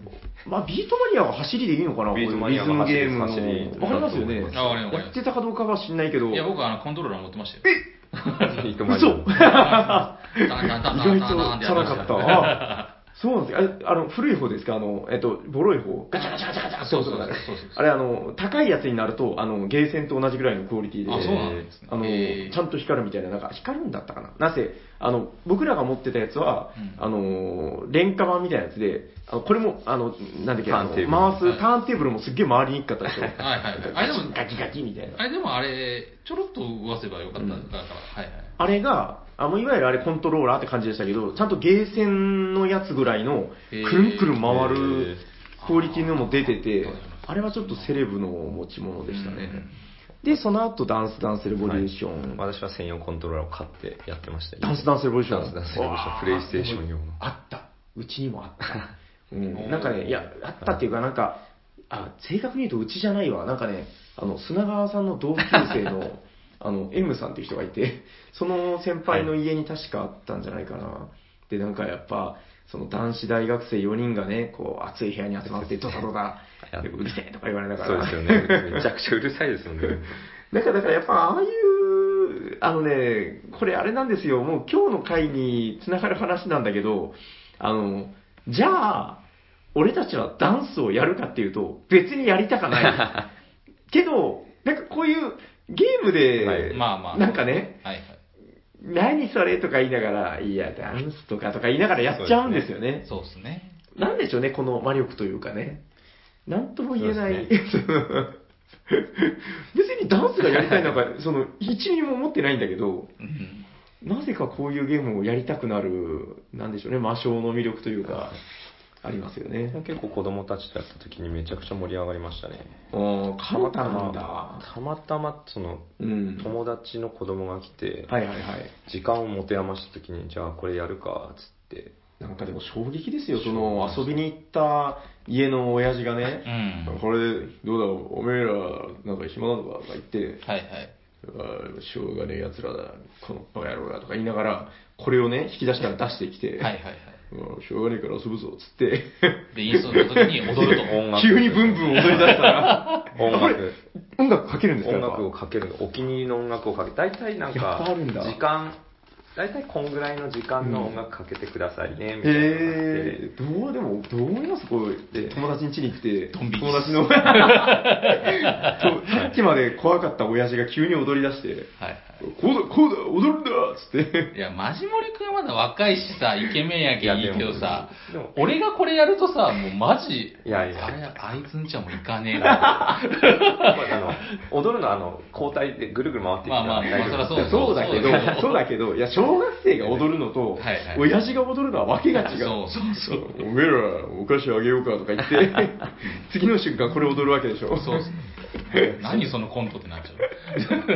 B: まあ、ビートマニアは走りでいいのかな、
C: ビートマニアは走りです
B: こういうリズムゲームの。わかりますよね。
C: 走りだ
A: と思います
B: やってたかどうかは知んないけど。
A: いや、僕はあのコントローラー持ってましたよ。
C: ビートマニア
B: 嘘意
A: ダンダンダンダンダンダンってやりましよ
B: 外とチャラかったた。あそうなんですか。ああの、古い方ですかあの、えっと、ボロい方。ガチャガチャガチャガチャ
A: そうそうそうそうそう
B: あれ、あの、高いやつになると、あの、ゲーセンと同じぐらいのクオリティで。
A: あそうなんですね
B: あの、
A: へー
B: ちゃんと光るみたいな、なんか、光るんだったかな。なぜ、あの、僕らが持ってたやつは、
A: うん
B: あの、廉価版みたいなやつで、あのこれも、あの、なんだっけ、あの
C: ターンテーブ
B: 回
C: ル
A: はい
B: す、ターンテーブルもすっげえ回りにくかったでしょ。はい
A: はいはいあれでも
B: ガキガキみたいな
A: あ。れでもあれ、ちょろっと動かせばよかっただ
B: う
A: か
B: ん
A: ら、はいはい。
B: あれが、あもういわゆるあれコントローラーって感じでしたけど、ちゃんとゲーセンのやつぐらいの、く
A: へー
B: るんくるん回
C: へ
A: ー
B: るクオリティのも出てて
A: あー、
B: あれはちょっとセレブの持ち物でしたね
A: うん。
B: で、その後ダンスダンスレボリューション。
C: はい私は専用コントローラーを買ってやってましたよ
B: ダンスダンスレボリューション。
C: ダンスダンスレボリューション
B: わ
C: プレイステーション用の
B: あった。うちにもあ った。
A: お
B: う
A: ー
B: ん、なんかね、いや、あったっていうか、なんか、あ、正確に言うとうちじゃないわ。なんかね、あの、砂川さんの同級生 の、あの、M さんっていう人がいて、その先輩の家に確かあったんじゃないかな。で、なんかやっぱ、その男子大学生4人がね、こう、暑い部屋に集まって、ドタド タ、
C: や
B: でうるせえとか言われなが
C: そう
B: ら。
C: ですよねめちゃくちゃうるさいですよね
B: なんかだからやっぱああいう、あのね、これあれなんですよ、もう今日の回につながる話なんだけど、あの、じゃあ、俺たちはダンスをやるかっていうと、別にやりたかない。 けど、なんかこういうゲームで、
C: はい
A: まあまあ。
B: なんかね、
A: はいはい。
B: 何それとか言いながら、いや、ダンスとかとか言いながらやっちゃうんですよね。
A: そうですね。
B: なんでしょうね、この魔力というかね。なんとも言えない。
C: そうで
B: 別にダンスがやりたいなんか、その、一にも思ってないんだけど、
A: うん
B: なぜかこういうゲームをやりたくなる、なんでしょうね、魔性の魅力というか、ありますよね。
C: 結構子供たちとやった時にめちゃくちゃ盛り上がりましたね
B: うん、カモタなん
C: ま
B: だ。
C: たまたまその
B: うん。
C: 友達の子供が来て、
B: はいはいはい。
C: 時間を持て余した時にじゃあこれやるかっつって
B: なんかでも衝撃ですよ、その、遊びに行った家の親父が
A: う
B: ね、
A: ん。
B: これ、どうだろう、おめえら、なんか暇なのか、とか言って、
A: はいはい。
B: あしょうがねえ奴らだ、このバカ野郎がとか言いながら、これをね、引き出したら出してきて、
A: はいはいはい。
B: うんしょうがねえから遊ぶぞ、つって、
A: で、インストの時に踊 ると。
C: 音楽
B: 急にブンブン踊り出したら、
C: 音
B: あこれ
C: 楽
B: 音楽かけるんですか
C: 音楽
B: や
C: を
B: っ
C: かけるお気に入りの音楽をかけ大体なん
B: やっ
C: か
B: ぱあるんだ
C: 時間大体こんぐらいの時間の音楽かけてくださいね、み
B: ぱ
C: たいなのがあって
B: えー、どうでも、どう思いますこう、で友達ん家に行って、
A: ドン引き
B: 友達 の、とさっきまで怖かった親父が急に踊り出して、
A: はいはい。
B: こうだ、こうだ、踊るんだつって。
A: いや、マジモリ君はまだ若いしさ、イケメンやけんいいけどさ
C: いやでもでも、
A: 俺がこれやるとさ、もうマジ、
C: いやいや
A: あれ、あいつんちゃもう行かねえな。
C: あの踊るのはあの交代でぐるぐる回っていく
A: まあまあ、
C: 大丈
A: まあ、
C: 夫
A: そ
C: で
A: りゃ
C: す
A: そう
B: そうだけど、そうだけど、いや、小学生が踊るのと、
A: はいはい
B: 親父が踊るのは訳 が違う。
A: そうそうそう。
B: おめえらお菓子あげようかとか言って、 次の瞬間これ踊るわけでしょ。
A: そうそう。 何そのコントってなっちゃ う。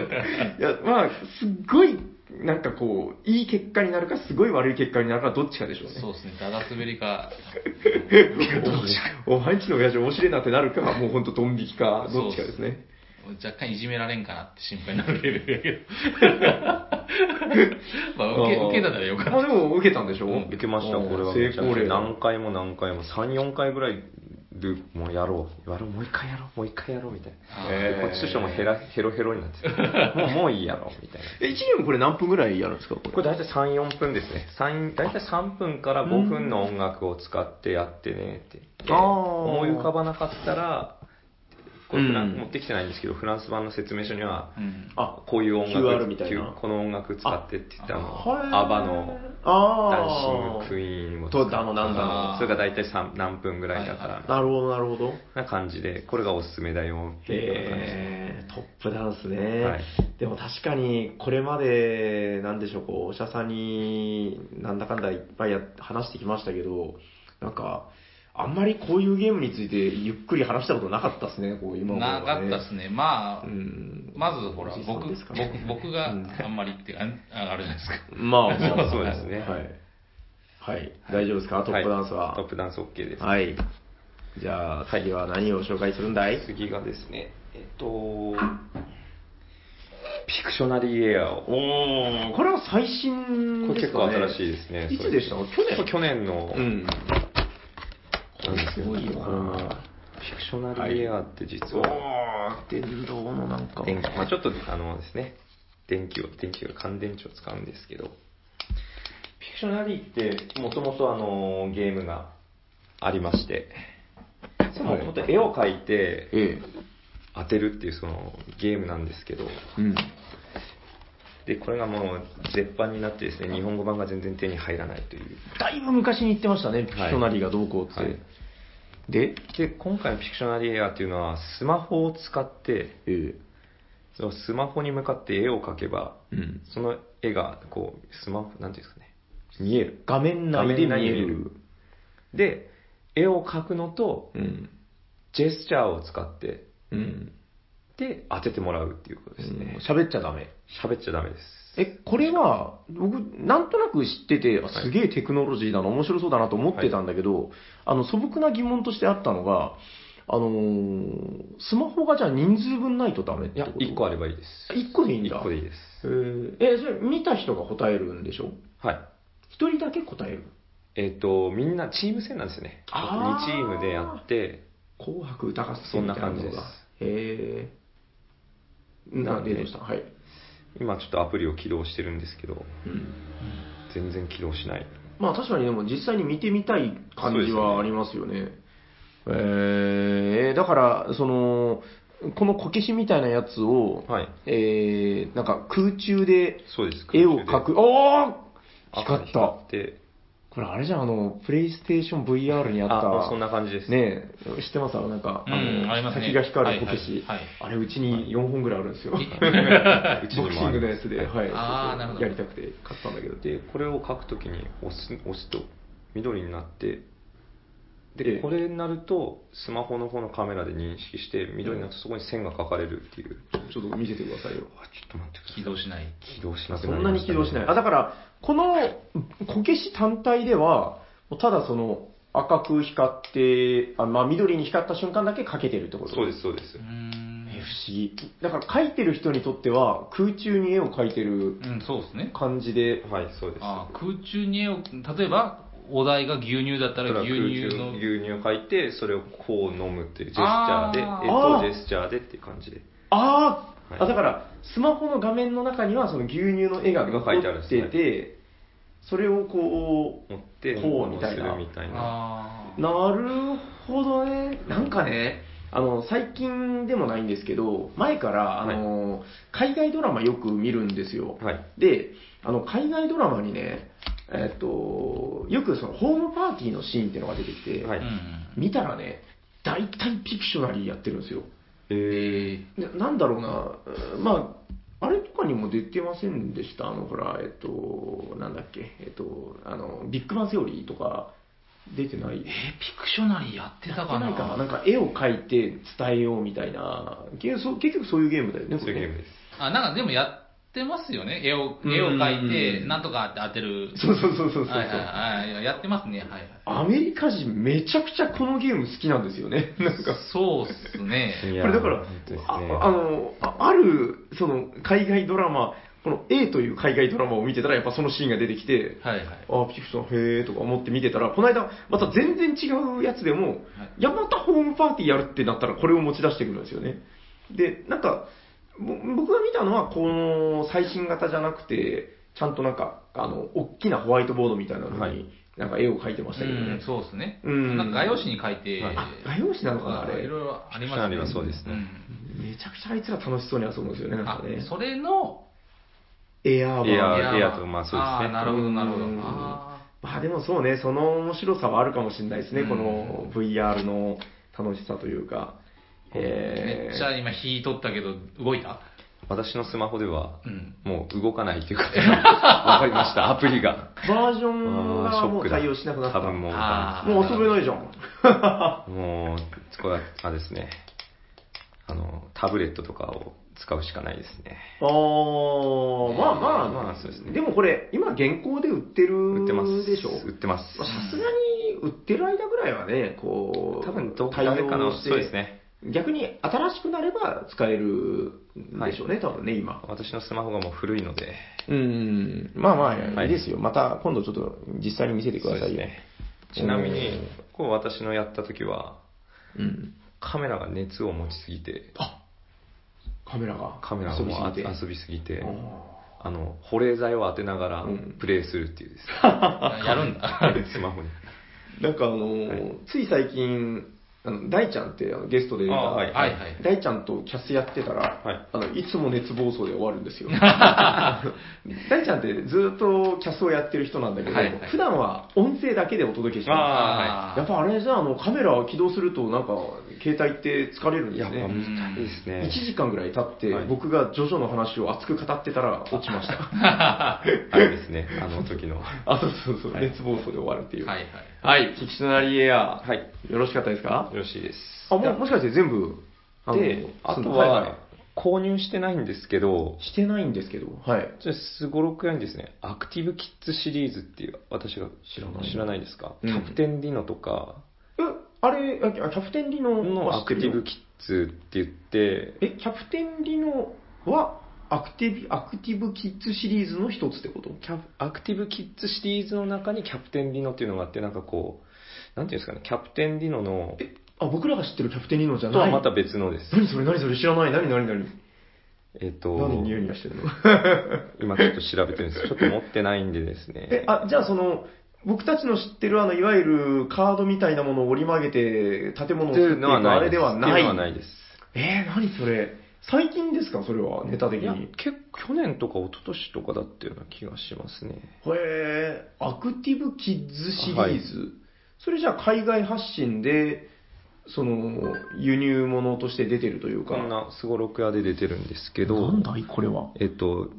B: いや、まあ、すっごい、なんかこう、いい結果になるか、すごい悪い結果になるか、どっちかでしょうね。
A: そうですね、ダダ滑りか。
B: お前んちの親父面白いなってなるか、もうほんとドン引きか、どっちかですね。
A: 若干いじめられんかなって心配になるレベル だけど。まあ、受け、受けたならよかった
B: まあでも、受けたんでしょ
A: うん
C: 受けましたこれは
B: 成功例。
C: 何回も何回も34回ぐらいでもうやろうやろうもう一回やろうもう一回やろうみたいな、
B: えー
C: こっちとしてもヘラヘロヘロになってるもうもういいやろみたいな
B: え、1年これ何分ぐらいやるんですかこれ
C: これ大体34分ですね3大体3分から5分の音楽を使ってやってねってで
B: あー
C: 思い浮かばなかったらこれフラン
B: うん
C: 持ってきてないんですけどフランス版の説明書には
A: うん。
B: あ、
C: こういう音楽
B: QR みたいな
C: この音楽使ってって言ってあの
B: は
C: アバのダンシン
B: ン。
C: グクイーンを
B: とだのなんだ
A: の
C: あーそれが大体3何分ぐらいだからみたい
B: なるほど、なるほど。
C: な感じでこれがおすすめだよっていう感じで
B: へートップダンスね、
C: はい
B: でも確かにこれまでなんでしょうこうお医者さんになんだかんだいっぱいや話してきましたけどなんかあんまりこういうゲームについてゆっくり話したことなかったですねこう今ま
A: な
B: で
A: か
B: はね
A: ったですね。まあ
B: う、ん
A: まずほら、
B: 藤井さん
A: 僕、
B: ですか
A: 僕
B: ね、
A: 僕が
B: うん
A: あんまりって、あああるじゃないですか。
B: まあまあまあ
C: そうですね
B: はい、はい、大丈夫ですかトップダンス
C: い
B: は
C: トップダンス OK です
B: はい、じゃあ次は何を紹介するんだい、
C: 次がですね、えっと、ピクショナリーエアーを。
B: おおこれは最新
C: こ
B: で
C: れ
B: す
C: 結
B: か
C: 構
B: ね
C: 新しいですね。
B: いつでした去
C: 去年去年の、
B: 年うん
C: ったんですよ。
B: すごいよ
C: これはフィクショナルエアーって実
B: お
C: は、
B: ー、電動のなんか。
C: 電気、まあちょっとあのですね、電気を、電気が乾電池を使うんですけど、フィクショナリーってもともとあの、ゲームがありまして、そのもと絵を描いて
B: ええ。
C: 当てるっていうそのゲームなんですけど、
B: うん。
C: で、これがもう絶版になってですね、日本語版が全然手に入らないという。
B: だいぶ昔に言ってましたね、ピクショナリーがどうこうって。
C: はい
B: で、
C: で、今回のフィクショナリーエアーっていうのは、スマホを使って、
B: ええ。
C: そのスマホに向かって絵を描けば、
B: うん。
C: その絵が、こう、スマホ、なんていうんですかね、見える。
B: 画面内で見える。
C: で、絵を描くのと、
B: うん。
C: ジェスチャーを使って、
B: うん。
C: で、当ててもらうっていうことですね。
B: 喋っちゃダメ。
C: 喋、っちゃダメです。
B: え、これは、僕、なんとなく知ってて、あすげえテクノロジーだな、面白そうだなと思ってたんだけど、あの、素朴な疑問としてあったのが、あのースマホがじゃあ人数分ないとダメっ
C: い
B: て
C: や
B: こ、と
C: 1個あればいいです。
B: 1個でいいんだ。
C: 1個でいいです。
B: えーえそれ見た人が答えるんでしょ
C: はい。
B: 一人だけ答える
C: えっ、と、みんなチーム戦なんですよね。
B: あー
C: 2チームでやって、
B: 紅白歌合戦みたいなのが
C: そんな感じです
B: へえー、な、
C: なんで
B: でどうしたはい。
C: 今ちょっとアプリを起動してるんですけど、
B: うん
C: 全然起動しない。
B: まあ確かにでも実際に見てみたい感じはありますよね。えーだから、その、このこけしみたいなやつを、
C: はい。
B: えーなんか空中で
C: そうです。
B: 絵を描く、おー
C: 赤で
B: 光った。
C: で、
B: これあれじゃん、あの、プレイステーション VR にあ
C: あ
B: った、
C: あそんな感じです。
B: ねえ、知ってますあの、なんか、
A: うん
B: の
A: ありますね
B: 先が光るこけし、
A: はいはいはい
B: あれ、うちに4本ぐらいあるん ですよ。
C: うちに
B: ボ
C: も
B: クシングのやつで、はい、
A: あーなるほど
B: やりたくて買ったんだけど。
C: で、これを書くときに押す、押すと緑になって、
B: え
C: で、
B: え
C: これになると、スマホの方のカメラで認識して、緑になるとそこに線が書かれるっていう。
B: ちょっと見せてくださいよ。
C: あ、ちょっと待ってくださ
A: 起動しない。
C: い。起動しなく
B: そ
C: なり
B: んな
C: ま
B: に
C: し
B: 起
C: たね
B: 動しない。あ、だから、このこけし単体では、もうただその、赤く光って、あまあ、緑に光った瞬間だけかけてるってこと
C: そうです、そうです
A: うー。
B: え
A: ん
B: 不思議。だから、描いてる人にとっては、空中に絵を描いてる
A: うん、そうですね。
B: 感じで、
C: はい、そうです。
A: あー空中に絵を、例えば、お題が牛乳だった
C: だからら
A: 牛
C: 空
A: 乳
C: 中
A: の
C: の、牛乳を書いて、それをこう飲むっていうジェスチャーで、
A: あ
B: ー
C: 絵と
B: あ
C: ジ
B: ー
C: ェスチャーでっていう感じで。
B: あー、
C: はい
B: あだからスマホの画面の中にはその牛乳の絵が残
C: が
B: っ
C: 書
B: て
C: いてあるん
B: て、それをこ
C: 持って、
B: こうみたいな
C: こうするみたいな。
A: あ
B: うなるほどねなんかねあの最近でもないんですけど前からあの、海外ドラマよく見るんですよ
C: はい。
B: であの海外ドラマにねえっとよくそのホームパーティーのシーンっていうのが出てきて、
C: は
A: ー
C: い
A: うん
B: 見たらね大体ピクショナリーやってるんですよ
C: えー、
B: ななんだろうな、うーまあ、あれとかにも出てませんでした、あの、ほら、えっと、なんだっけ、えっと、あの、ビッグバンセオリーとか、出てない。
A: え、ピクショナリーやってたかな
B: ないかななんか絵を描いて伝えようみたいな、ゲそう結局そういうゲームだよね、
C: そういうゲームです。
A: あ、なんかでもやってますよね。絵を、
B: うん
A: 絵を描いて、なんとかって当てる。
B: そうそうそうそうそう。
A: はいはいはい。やってますね。はいはい。
B: アメリカ人めちゃくちゃこのゲーム好きなんですよね。 なんか、
A: そうっすね。
C: い
B: こ
C: や
B: れだから、
C: 本当ですね
B: ああのあ、ある、その、海外ドラマ、この A という海外ドラマを見てたら、やっぱそのシーンが出てきて、
A: はいはい。
B: あピクション、へーとか思って見てたら、この間、また全然違うやつでも、
A: はい
B: いや、またホームパーティーやるってなったら、これを持ち出してくるんですよね。で、なんか、ぼ僕が見たのは、この最新型じゃなくて、ちゃんとなんか、あの、大きなホワイトボードみたいなのに、
C: はい
B: なんか絵を描いてましたけどね。
A: うん、そうっすね。
B: うん
A: なんか画用紙に描いて、
C: はい
B: あ、画用紙なのかな、あ
A: い
B: れ。
A: ろいろあります
C: ピクショナリーはそうですね
A: ん
B: めちゃくちゃあいつら楽しそうに遊ぶんですよね、なん
A: あ
B: かね、。
A: それの、
B: エアーバ
C: エア
B: ー
C: ー。
A: い
C: い
A: や
C: やとまあそうですね
A: ーなるほど、なるほど
B: う。ん
A: あ
B: まあでもそうね、その面白さはあるかもしれないですね、
A: うん
B: この VR の楽しさというか。
A: ー
B: えー
A: めっちゃ今、火取ったけど、動いた
C: 私のスマホでは、
A: うん。
C: もう動かない というか、わかりました、アプリが。
B: バージョン
C: あー
B: がもう
C: だ
B: 対応しなくなった。
C: 多分もう、
A: あ
B: もう遊べないじゃん。
C: もう、これは、あれですね。あの、タブレットとかを使うしかないですね。
B: あー、まあまあ
C: まあまあ
B: ま
C: そうです
B: あ、
C: ね
B: でもこれ、今現行で売ってる
C: 売ってます。
B: でしょ。
C: 売ってます。
B: まあさすがに売ってる間ぐらいはね、こう、
C: 多分、どっかでかの、そうです。ね。
B: 逆に新しくなれば使えるんでしょうね、多分ね、今。
C: 私のスマホがもう古いので、
B: うん、まあまあ、
C: はい
B: いいですよ。また今度ちょっと実際に見せてくださいよ。
C: そうですねちなみに
B: おー、
C: こう私のやった時は、
B: うん。
C: カメラが熱を持ちすぎて、
B: あカメラが。
C: カメラが
B: 遊び
C: もうあ
B: すぎて。
C: 遊びすぎて
B: あ、
C: あの、保冷剤を当てながら
B: うん
C: プレイするっていうですね。
A: やるんだ。
C: スマホに。
B: ーなんかあのー
C: はい
B: つい最近、あの大ちゃんってあのゲストで出た、
C: あはい
A: はいはい。
B: 大ちゃんとキャスやってたら、
C: はい
B: あのいつも熱暴走で終わるんですよ。大ちゃんってずっとキャスをやってる人なんだけど、
A: はいはい
B: 普段は音声だけでお届けしてま
C: あ
B: す。やっぱあれじゃああのカメラ起動するとなんか携帯って疲れるんで
C: や
B: す
C: っ
B: ね
C: ぱ。
A: 見
C: 見たいですね。
B: 1時間ぐらい経って、
C: はい
B: 僕がジョジョの話を熱く語ってたら落ちました。
C: あれですね、あの時の。
B: あ、そうそうそう、
C: はい
B: 熱暴走で終わるっていう。
A: はいはい。
B: はい、キキシナリエア、
C: はい。よ
B: よろしかったですか
C: ろしいです。
B: あ、もうもしかして全部、あの
C: で、あと
B: い
C: は、購入してないんですけど
B: い、してないんですけど、はい。
C: じゃあ、すごろくやにですね、アクティブキッズシリーズっていう、私が
B: 知らない
C: 知らないですか、
B: うん
C: キャプテンディノとか
B: え、あれ、あキャプテンリノ
C: の
B: は知
C: ア
B: って
C: ク
B: る
C: ティ
B: よ
C: ブキッズって言って、
B: え、キャプテンリノは、アクティブ、アクティブキッズシリーズの一つってこと
C: キャアクティブキッズシリーズの中にキャプテンディノっていうのがあって、なんかこう、なんていうんですかね、キャプテンディノの、
B: え、あ、僕らが知ってるキャプテンリノじゃ
C: と
B: な。
C: はいまた別のです。
B: 何それ何それ知らない何何何
C: えっ、と、
B: 何ニヤニヤしてるの
C: 今ちょっと調べてるんですちょっと持ってないんでです
B: え
C: ね、。
B: あ、じゃあその、僕たちの知ってるあの、いわゆるカードみたいなものを折り曲げて建物を
C: っ
B: 作っていくあれ
C: で
B: で
C: す
B: は
C: っ
B: ない。
C: ていうのはないです。
B: えー、何それ最近ですかそれは、ネタ的
C: いや
B: に。
C: 結構去年とか一昨年とかだったような気がしますね。
B: へえ、アクティブキッズシリーズ。それじゃあ海外発信で、その、輸入物として出てるというか。
C: こんなすごろく屋で出てるんですけど、
B: なんだいこれは。
C: えっと、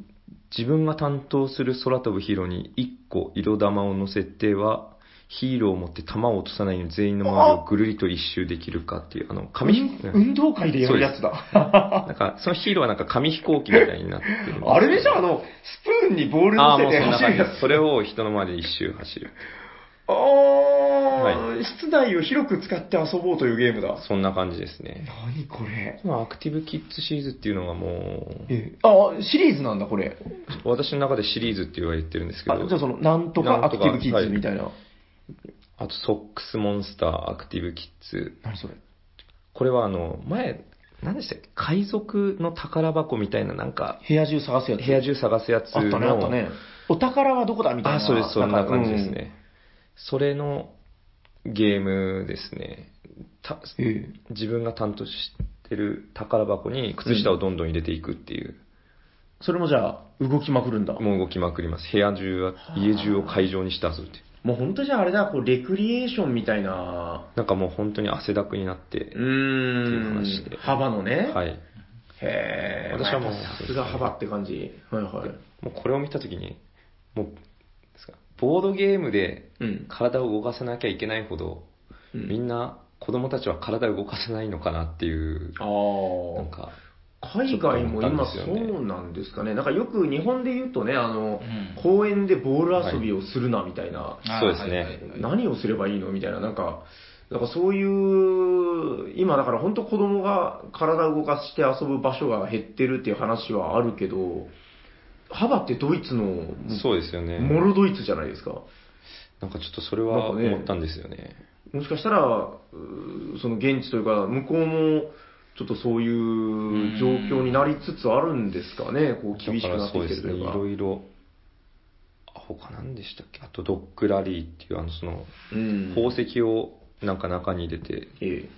C: 自分が担当する空飛ぶヒーローに1個色玉を乗せては、ヒーローを持って玉を落とさないように全員の周りをぐるりと一周できるかっていう、あの、紙
B: 運
C: 飛行
B: 運動会でやるやつだ。
C: なんか、そのヒーローはなんか紙飛行機みたいになってるんですけど。
B: あれでしょあの、スプーンにボール
C: あ
B: 乗
C: あ、
B: せ
C: もうそ
B: て 走る
C: んな感じ
B: や
C: で
B: つ
C: す。。それを人の周りで一周走る。
B: あー、室内を広く使って遊ぼうというゲームだ。
C: そんな感じですね。
B: 何これ。
C: アクティブキッズシリーズっていうのがもう、
B: えあ、シリーズなんだ、これ。
C: 私の中でシリーズって言われてるんですけ
B: あ
C: ど
B: じゃあ、その、なんとかアクティブキッズみたいな。
C: あとソックスモンスター、アクティブキッズ。
B: 何それ。
C: これはあの、前、何でしたっけ海賊の宝箱みたいななんか、
B: 部屋中探すやつ。
C: 部屋中探すやつの。
B: あったね、あったね。お宝はどこだみたい
C: あ、
B: な。
C: そうです、そんな感じです
B: んか。
C: ね。それのゲームですね。た
B: うんえ
C: 自分が担当してる宝箱に靴下をどんどん入れていくっていう。
B: えそれもじゃあ、動きまくるんだ。
C: もう動きまくります。部屋中は、家中を会場にして遊ぶっていう。
B: もう本当じゃああれだ、こう、レクリエーションみたいな。
C: なんかもう本当に汗だくになって
B: う、
C: って
B: ー
C: いうん話で。
B: 幅のね。
C: はい。
B: へえ。
C: 私はもう
B: まあやっぱさすが幅って感じ。はいはい。
C: もうこれを見たときに、もう、ですかボードゲームで
B: うん。
C: 体を動かさなきゃいけないほど、
B: うん
C: みんな、子供たちは体を動かせないのかなっていう、
B: あ
C: なん
B: あ。
C: か、
B: 海外も今
C: ちょっと思ったんですよね
B: そうなんですかね。なんかよく日本で言うとね、あの
A: う、ん
B: 公園でボール遊びをするなみたいな。
A: あー
C: そうですね
A: はいはいはい
B: 何をすればいいのみたいな、なんか、なんかそういう、今だから本当子供が体を動かして遊ぶ場所が減ってるっていう話はあるけど、ハバってドイツの、
C: そうですよね。
B: モルドイツじゃないですか。
C: なんかちょっとそれは
B: なんかね
C: 思ったんですよね。
B: もしかしたら、うーその現地というか、向こうも、ちょっとそういう状況になりつつあるんですかね、こう厳しくな
C: だから
B: って
C: そう
B: きてる
C: です
B: と
C: ね、
B: いう
C: い
B: か。
C: ろいろ、あ他何でしたっけあとドッグラリーっていう、あの、その、
B: うん
C: 宝石をなんか中に入れて、
B: ええ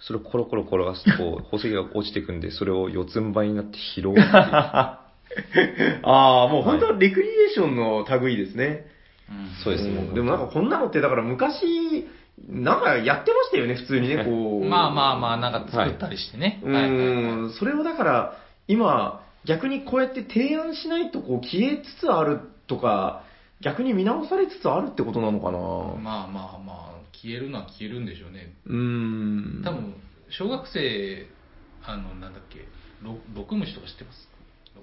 C: それをコロコロ転がすと、宝石が落ちてくんで、それを四つん這いになって拾うっていう。
B: ああ、もう本当レクリエーションの類ですね。
A: うん
C: そうですね
B: んでもなんかこんなのって、だから昔、なんかやってましたよね、普通 にね、こう。
A: まあまあまあ、なんか作ったりしてね。
B: う
A: はいはいはい
B: ん、それをだから、今、逆にこうやって提案しないとこう消えつつあるとか、逆に見直されつつあるってことなのかな。
A: まあまあまあ、消えるのは消えるんでしょうね。
B: うん。
A: 多分、小学生、あの、なんだっけ、ろ毒虫とか知ってます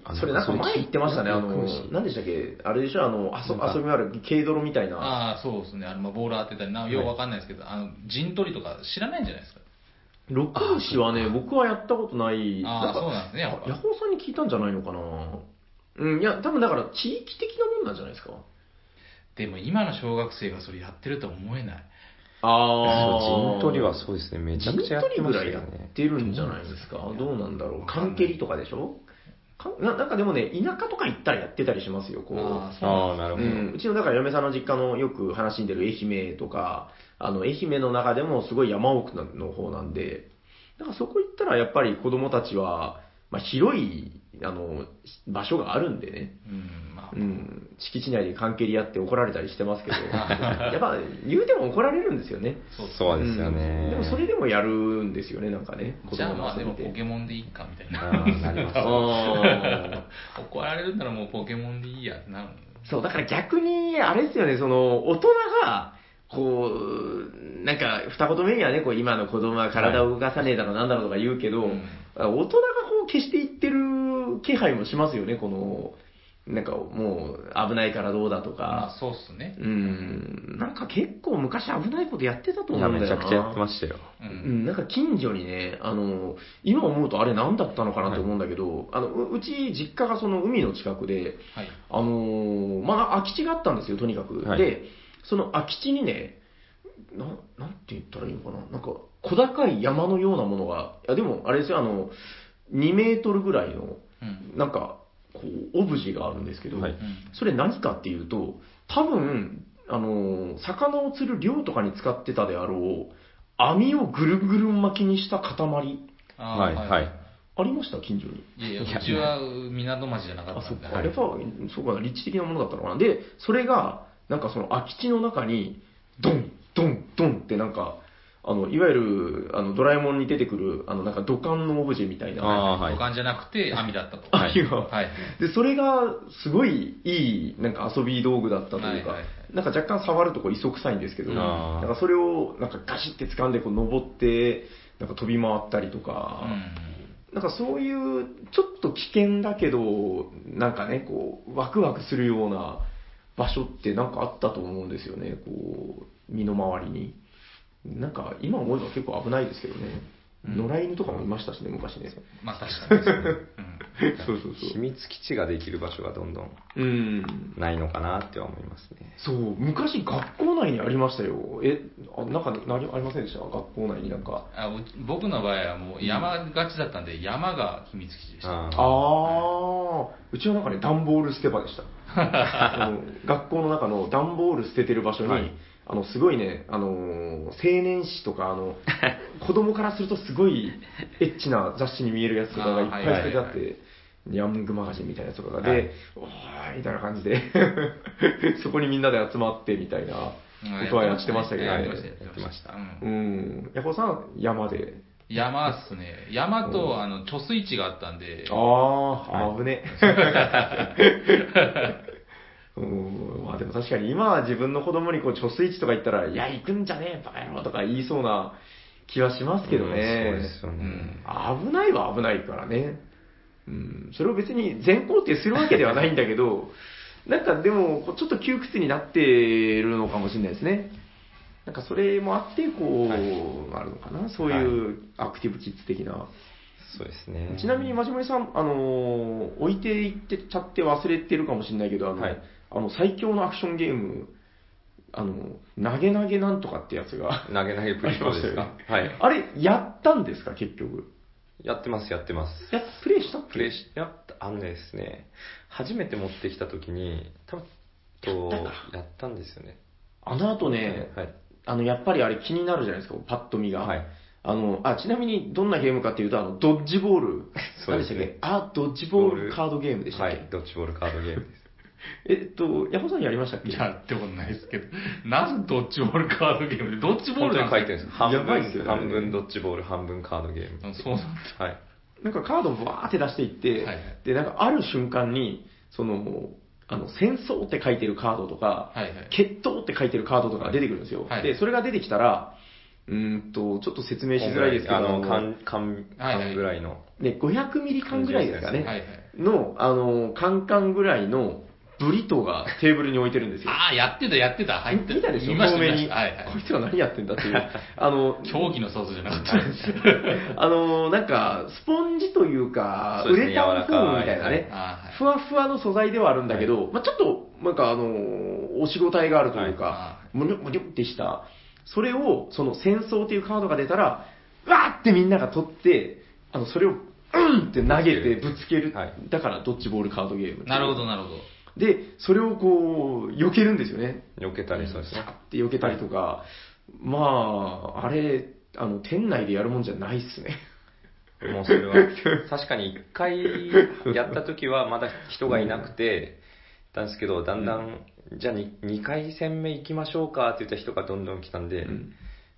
C: あ
B: それなんか前言ってましたね、あ
C: それ聞
B: の
C: いてる、
B: 何でしたっけ、あれでしょ、あの、遊
C: なんか
B: 遊び回る軽泥みたいな。
A: ああ、そうですね。あの、まあ、ボール当てたりな、ようわかんないですけど、あの、陣取りとか知らないんじゃないですか。
B: ロックはね、僕はやったことない。
A: あ
B: だ
A: あ、
B: から
A: そうなんですね、やっぱ。
B: ヤホーさんに聞いたんじゃないのかなうん、いや、多分だから地域的なもんなんじゃないですか。
A: でも今の小学生がそれやってるとは思えない。
C: そう陣取りはそううですね、め
B: め
C: ちゃくちゃやってま
B: ぐ
C: した
B: らいや
C: よ
B: っ
C: ね。
B: てるんじゃないですか。どうなんだろう。関係とかでしょかななんかでもね、田舎とか行ったらやってたりしますよ、こう。
A: あそう
C: ああ、なる
B: う
C: ほど。
B: ん、うちのだから嫁さんの実家のよく話に出る愛媛とか、あの愛媛の中でもすごい山奥の方なんで、だからそこ行ったらやっぱり子供たちは、まあ、広いあの場所があるんでね、
A: うん、まあ
B: う、ん、敷地内で関係り合って怒られたりしてま すけど、やっぱ言うても怒られるんですよね。
C: そうですよ
B: うん
C: ね。
B: でもそれでもやるんですよね、なんかね。
A: じゃあまあでもポケ
B: ン。
A: モンでいいかみたい
C: あ
A: な。
C: あ、なります。
B: あー
A: 怒られるんならもうポケモンでいいやってなるの
B: そう、だから逆に、あれですよね、その、大人が、こう、なんか、二言目にはね、こう、今の子供は体を動かさねえだろ、なんだろうとか言うけど、
A: うん
B: 大人がこう、消していってる気配もしますよね、この、なんか、もう、危ないからどうだと
A: ま
B: か。
A: あそうっすね。
B: うん、なんか結構昔危ないことやってたと
C: い
B: 思
C: や、
B: うんだよな。
C: めちゃくちゃやってましたよ。
A: う。
B: うんん、なんか近所にね、あの、今思うとあれ何だったのかなって思うんだけど、あの、ううち実家がその海の近くで、
A: はい。
B: あのーまあ、空き地があったんですよ、とにかく。
C: はい
B: で、その空き地にね、ななんて言ったらいいのかな、なんか、小高い山のようなものが、いや、でも、あれですよ、あの、2メートルぐらいの、
A: うん。
B: なんか、こう、オブジェがあるんですけど、
C: はい
A: うん
B: それ何かっていうと、多分、あのー魚を釣る漁とかに使ってたであろう、網をぐるぐる巻きにした塊、
A: あー
C: はいはい
B: ありました、近所に。
A: いやいや、うちは港町じゃなか
B: あ
A: っ、た
B: そっ
A: んで。
B: か。
A: は
B: や
A: い
B: っぱ、そうかな、立地的なものだったのかな。で、それが、なんかその空き地の中に、ドン、ドン、ドンってなんか、あの、いわゆる、あの、ドラえもんに出てくる、あの、なんか土管のオブジェみたいな。
C: ああ、はい
A: 土。管じゃなくて網だったと。
B: あいいわ
A: はい。
B: で、それが、すごいいい、なんか遊び道具だったと
A: はいいう
B: か
A: はいは、
B: なんか若干触るとこう磯臭いんですけど、
A: うん
B: なんかそれを、なんかガシって掴んで、こう登って、なんか飛び回ったりとか、なんかそういう、ちょっと危険だけど、なんかね、こう、ワクワクするような場所ってなんかあったと思うんですよね、こう、身の回りに。なんか、今思えば結構危ないですけどね。
A: うん
B: 野良犬とかもいましたしね、昔 ね。
A: うん。まあ確かにですね。うん
B: そうそう
C: 秘密基地ができる場所がどんどん
B: そう。うん。
C: ないのかなっては思いますね。
B: そう、昔学校内にありましたよ。え、あなんかなりありませんでした学校内になんか。
A: あう僕の場合はもう山がちだったんで、山が秘密基地でした。
B: ああー、うちはなんかね、段ボール捨て場でした。あの学校の中の段ボール捨ててる場所に、
C: はい
B: あの、すごいね、あのー青年誌とか、あの、子供からするとすごいエッチな雑誌に見えるやつとかがいっぱい捨ててあ
A: あーはいは
B: っ
A: いは
B: て、ヤングマガジンみたいなやつとかが、
C: は
B: で
C: い、
B: おーい、みたいな感じで、 そこにみんなで集まってみたいなことはやってましたけど
A: やってま。
B: ね
A: した、やってました。
C: や
A: うん
B: うん。ヤコさん、山で。
A: 山っすね。山と、あの、貯水池があったんで、
B: ああ、危ね。 うん、まあでも確かに今は自分の子供にこう貯水池とか行ったら、いや、行くんじゃねえ、バカ野郎とか言いそうな気はしますけど
C: うん
B: ね。
C: そうですよね。
B: 危ないは危ないからね。うん、それを別に全肯定するわけではないんだけど、 なんかでも、こうちょっと窮屈になってるのかもしれないですね。なんかそれもあって、こう、
C: はい
B: あるのかな、そういうアクティブキッズ的な。
C: そうですね。
B: ちなみに、まじもりさん、あのー置いていってちゃって忘れてるかもしれないけど、あの、
C: はい
B: あの最強のアクションゲーム、あの、投げ投げなんとかってやつが、
C: 投げ投げプリキュアです
B: あり
C: か
B: ま。
C: はい。
B: あれ、やったんですか、結局。
C: やってます、やってま
B: い
C: す。
B: や、プレイしたっけ
C: プレイし、やった、あのですね、初めて持ってきた時に、たぶん、と、やったんですよね。
B: あの後ね、
C: はい。
B: あの、やっぱりあれ気になるじゃないですか、パッと見が。
C: はい。
B: あの、あ、ちなみにどんなゲームかっていうと、あの、ドッジボール。
C: そうです
B: 何でした
C: ね
B: っけあ、ドッジボールカードゲームでしたっ
C: は
B: け、
C: い。ドッジボールカードゲームです。
B: えっと、ヤホさんやりましたっけ
A: やってことないですけど、なんドッジボールカードゲームで、ドッジボー
C: 本
A: ル
C: 当
A: なん
C: に書いてるんですよ。半
B: やばいっすよ
C: 分、
B: ね
C: 半分ドッジボール、半分カードゲーム。
A: うんそうなん
C: はい。
B: なんかカードをバーって出していって、
A: はい
B: で、なんかある瞬間に、その、あの、戦争って書いてるカードとか、
A: はいはい。
B: 決闘って書いてるカードとかが出てくるんですよ。
A: はい
B: で、それが出てきたら、うーんと、ちょっと説明しづらいですけど、
C: あの、
B: あの
C: 缶、缶、
A: はいはい
C: 缶ぐらいの。
B: ね、500ミリ缶ぐらいですかね、
C: は
A: はいはい。
B: の、あの、缶缶ぐらいのブリトーがテーブルに置いてるんです よ。
A: ああ、やってた、やってた。入って
B: 見たでしょ
A: 見まし
B: 透
A: た、見
B: 明
A: ま
B: に、
A: した。はいはい
B: こ。いつら何やってんだっていう。 あの、
A: 競技の想像じゃなかった。
B: あの、なんか、スポンジというか、
C: そう
B: ウ
C: ですね
B: レタンフォームみたいなね、
A: ああ、はい。
B: ふわふわの素材ではあるんだけど、まあ、ちょっとなんかあの、おしごたえがあるという
A: は
B: か、むにょむにょってした、それを、その戦争っていうカードが出たら、わーってみんなが取って、あの、それを、うんって投げてぶつける。
C: はい
B: だから、ドッジボールカードゲームっていう。
A: なるほど、なるほど。
B: で、それをこう、避けるんですよね。
C: 避けたりそうですね。
B: って避けたりとか、まあ、あれ、あの、店内でやるもんじゃないっすね。
C: もうそれは、確かに一回やった時はまだ人がいなくて、なんですけど、だんだん、じゃあに2回戦目行きましょうかって言った人がどんどん来たんで、